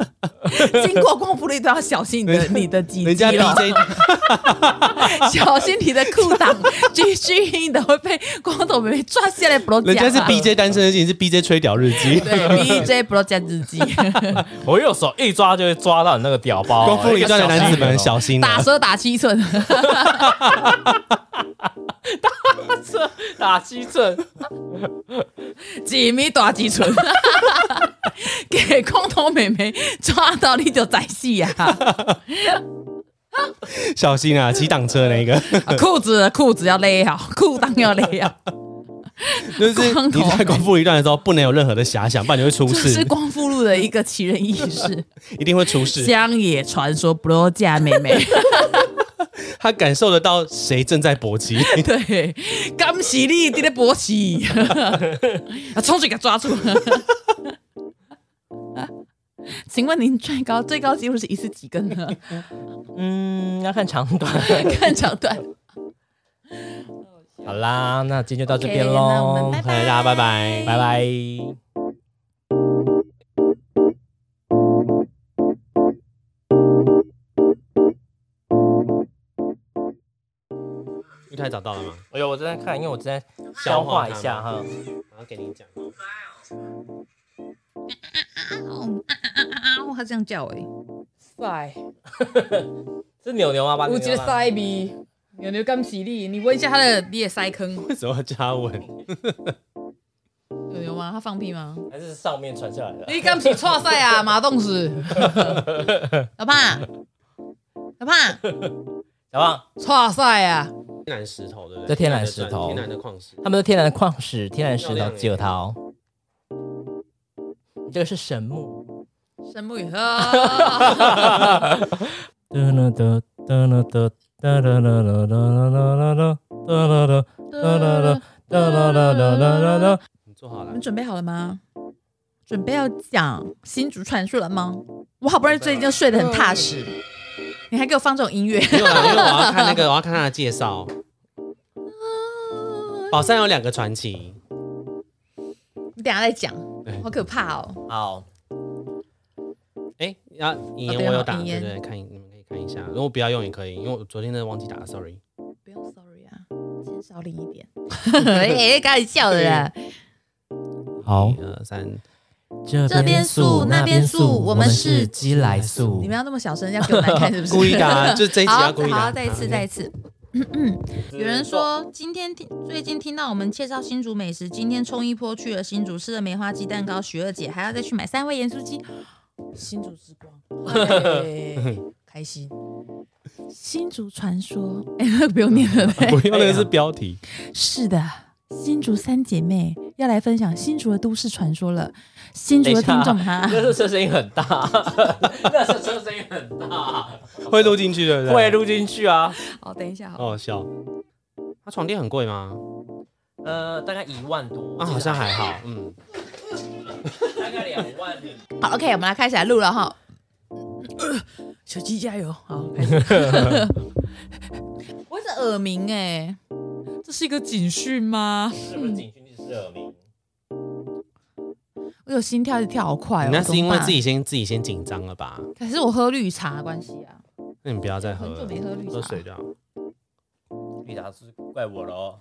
Speaker 2: 经过光谱率都要小心 你的你的鸡
Speaker 3: 人家
Speaker 2: 鸡肉，
Speaker 3: DJ
Speaker 2: 小心你的裤裆 G G 的会被光头妹妹抓下来不
Speaker 3: 人家
Speaker 2: 讲。
Speaker 3: 是 BJ 单身日记，你是 BJ 吹屌日记。
Speaker 2: 对 BJ 不讲日 记，
Speaker 4: 我右手一抓就会抓到你那个屌包，哎
Speaker 3: 光复里段的
Speaker 2: 哦
Speaker 3: 男子们小心
Speaker 2: 打
Speaker 3: 了，
Speaker 2: 蛇打七寸，
Speaker 4: 哦打击阵，
Speaker 2: 几米打几寸，给光头妹妹抓到你就宰戏啊呀！
Speaker 3: 小心啊！骑挡车那 个，
Speaker 2: 裤子裤子要勒好，裤裆要勒好，
Speaker 3: 就是
Speaker 2: 光头
Speaker 3: 你在光复一段的时候，不能有任何的遐想，不然你会出
Speaker 2: 这 是
Speaker 3: 事，
Speaker 2: 光复路的一个奇人异事。
Speaker 3: 一定会出事。
Speaker 2: 乡野传说，不罗家妹妹，
Speaker 3: 他感受得到谁正在勃 起，
Speaker 2: 对，刚洗力滴的勃起，啊，冲水给抓住。请问您最高最高纪录是一次几根 呢？
Speaker 4: 嗯，要看长短。
Speaker 2: 看长短。
Speaker 4: 好啦，那今天就到这边
Speaker 2: OK，
Speaker 4: 喽，
Speaker 2: 那我们拜
Speaker 3: 大家拜拜。
Speaker 4: 拜拜。
Speaker 3: 玉泰找到了吗？
Speaker 4: 哎呦，我正在看，因为我正在消化一下哈。
Speaker 3: 然后给你讲。
Speaker 2: 啊，我好想叫哎、
Speaker 6: 拜。
Speaker 4: 是牛牛吗？把
Speaker 2: 我
Speaker 4: 牛
Speaker 2: 觉
Speaker 4: 牛
Speaker 2: 得
Speaker 4: 吗
Speaker 2: 塞鼻，牛牛刚洗力，你闻一下他的，你也塞坑。
Speaker 3: 为什么要加吻？
Speaker 2: 牛牛吗？他放屁吗？
Speaker 4: 还是上面传下来的？
Speaker 2: 你敢洗错赛啊，马冻 死！老爸，老爸，
Speaker 4: 小胖，
Speaker 2: 错赛啊！
Speaker 3: 天然石头对不对？
Speaker 4: 这天然石头
Speaker 3: 天然的矿石。
Speaker 4: 他们是天然的矿石，天然石
Speaker 3: 漂
Speaker 4: 头
Speaker 3: 亮耶
Speaker 4: 九桃。你这个是神木。
Speaker 2: 神木雨哦呵。
Speaker 4: 哒啦哒哒啦哒哒啦啦啦啦啦啦啦哒啦啦哒啦啦哒啦啦啦啦啦啦。
Speaker 3: 你做好
Speaker 2: 你
Speaker 3: 了
Speaker 2: 们？准备好了吗？准备要讲新竹传说了吗？我好不容易最近就睡得很踏实，你还给我放这种音乐。
Speaker 3: 没有啦，因为我要看那个，我要看他的介
Speaker 2: 啊
Speaker 3: 绍。宝山有两个传奇，
Speaker 2: 你等一下再讲
Speaker 3: 对，
Speaker 2: 好可怕哦！
Speaker 4: 好，
Speaker 3: 哎，要引言
Speaker 2: 哦对
Speaker 3: 我
Speaker 2: 哦
Speaker 3: 有打，
Speaker 2: 引
Speaker 3: 对
Speaker 2: 言
Speaker 3: 不对？看你们可以看一下，如果不要用也可以，因为我昨天真的忘记打了，sorry。
Speaker 2: 不用 sorry 啊，先少领 一点。哎、开始笑的啦。
Speaker 4: 好
Speaker 2: 哦
Speaker 3: 一，二三，
Speaker 2: 这边素那边素我们是
Speaker 4: 鸡来素
Speaker 2: 你们要那么小声，要给我难看是不是？
Speaker 3: 哦故意的 啊，就这一集
Speaker 2: 好
Speaker 3: 要故意的
Speaker 2: 好
Speaker 3: 啊。
Speaker 2: 再一次，
Speaker 3: 好
Speaker 2: 再一次。嗯有人说，今天听最近听到我们介绍新竹美食，今天冲一波去了新竹，吃了梅花鸡蛋糕，徐二姐还要再去买三味盐酥鸡，新竹之光，哎开心。新竹传说，哎、那个不用念了。对
Speaker 3: 不用那个是标题。
Speaker 2: 是的，新竹三姐妹要来分享新竹的都市传说了。新竹的听众啊 哈，
Speaker 4: 那是车声音很大，那是车声音很大，
Speaker 3: 会录进去对不对？
Speaker 4: 会。录进去啊。
Speaker 2: 好，等一下，
Speaker 3: 好
Speaker 2: 好，
Speaker 3: 好笑。它床垫很贵吗？
Speaker 4: 呃，大概一万多
Speaker 3: 啊，好像还好，嗯。
Speaker 4: 大概两万。
Speaker 2: 好，OK，我们来开始来录了哈。小鸡加油， 好，开始。我一直耳鸣哎、这是一个警讯吗？
Speaker 4: 是不是景区是耳鸣？
Speaker 2: 我有心跳，一直跳好快哦。
Speaker 3: 你那是因为
Speaker 2: 怎么办
Speaker 3: 自己，先自己先紧张了吧？
Speaker 2: 可是我喝绿茶的关系啊，
Speaker 3: 那你不要再喝
Speaker 2: 很久
Speaker 3: 了，
Speaker 2: 没喝绿
Speaker 3: 喝
Speaker 2: 茶
Speaker 3: 水。就好。
Speaker 4: 绿茶是怪我喽。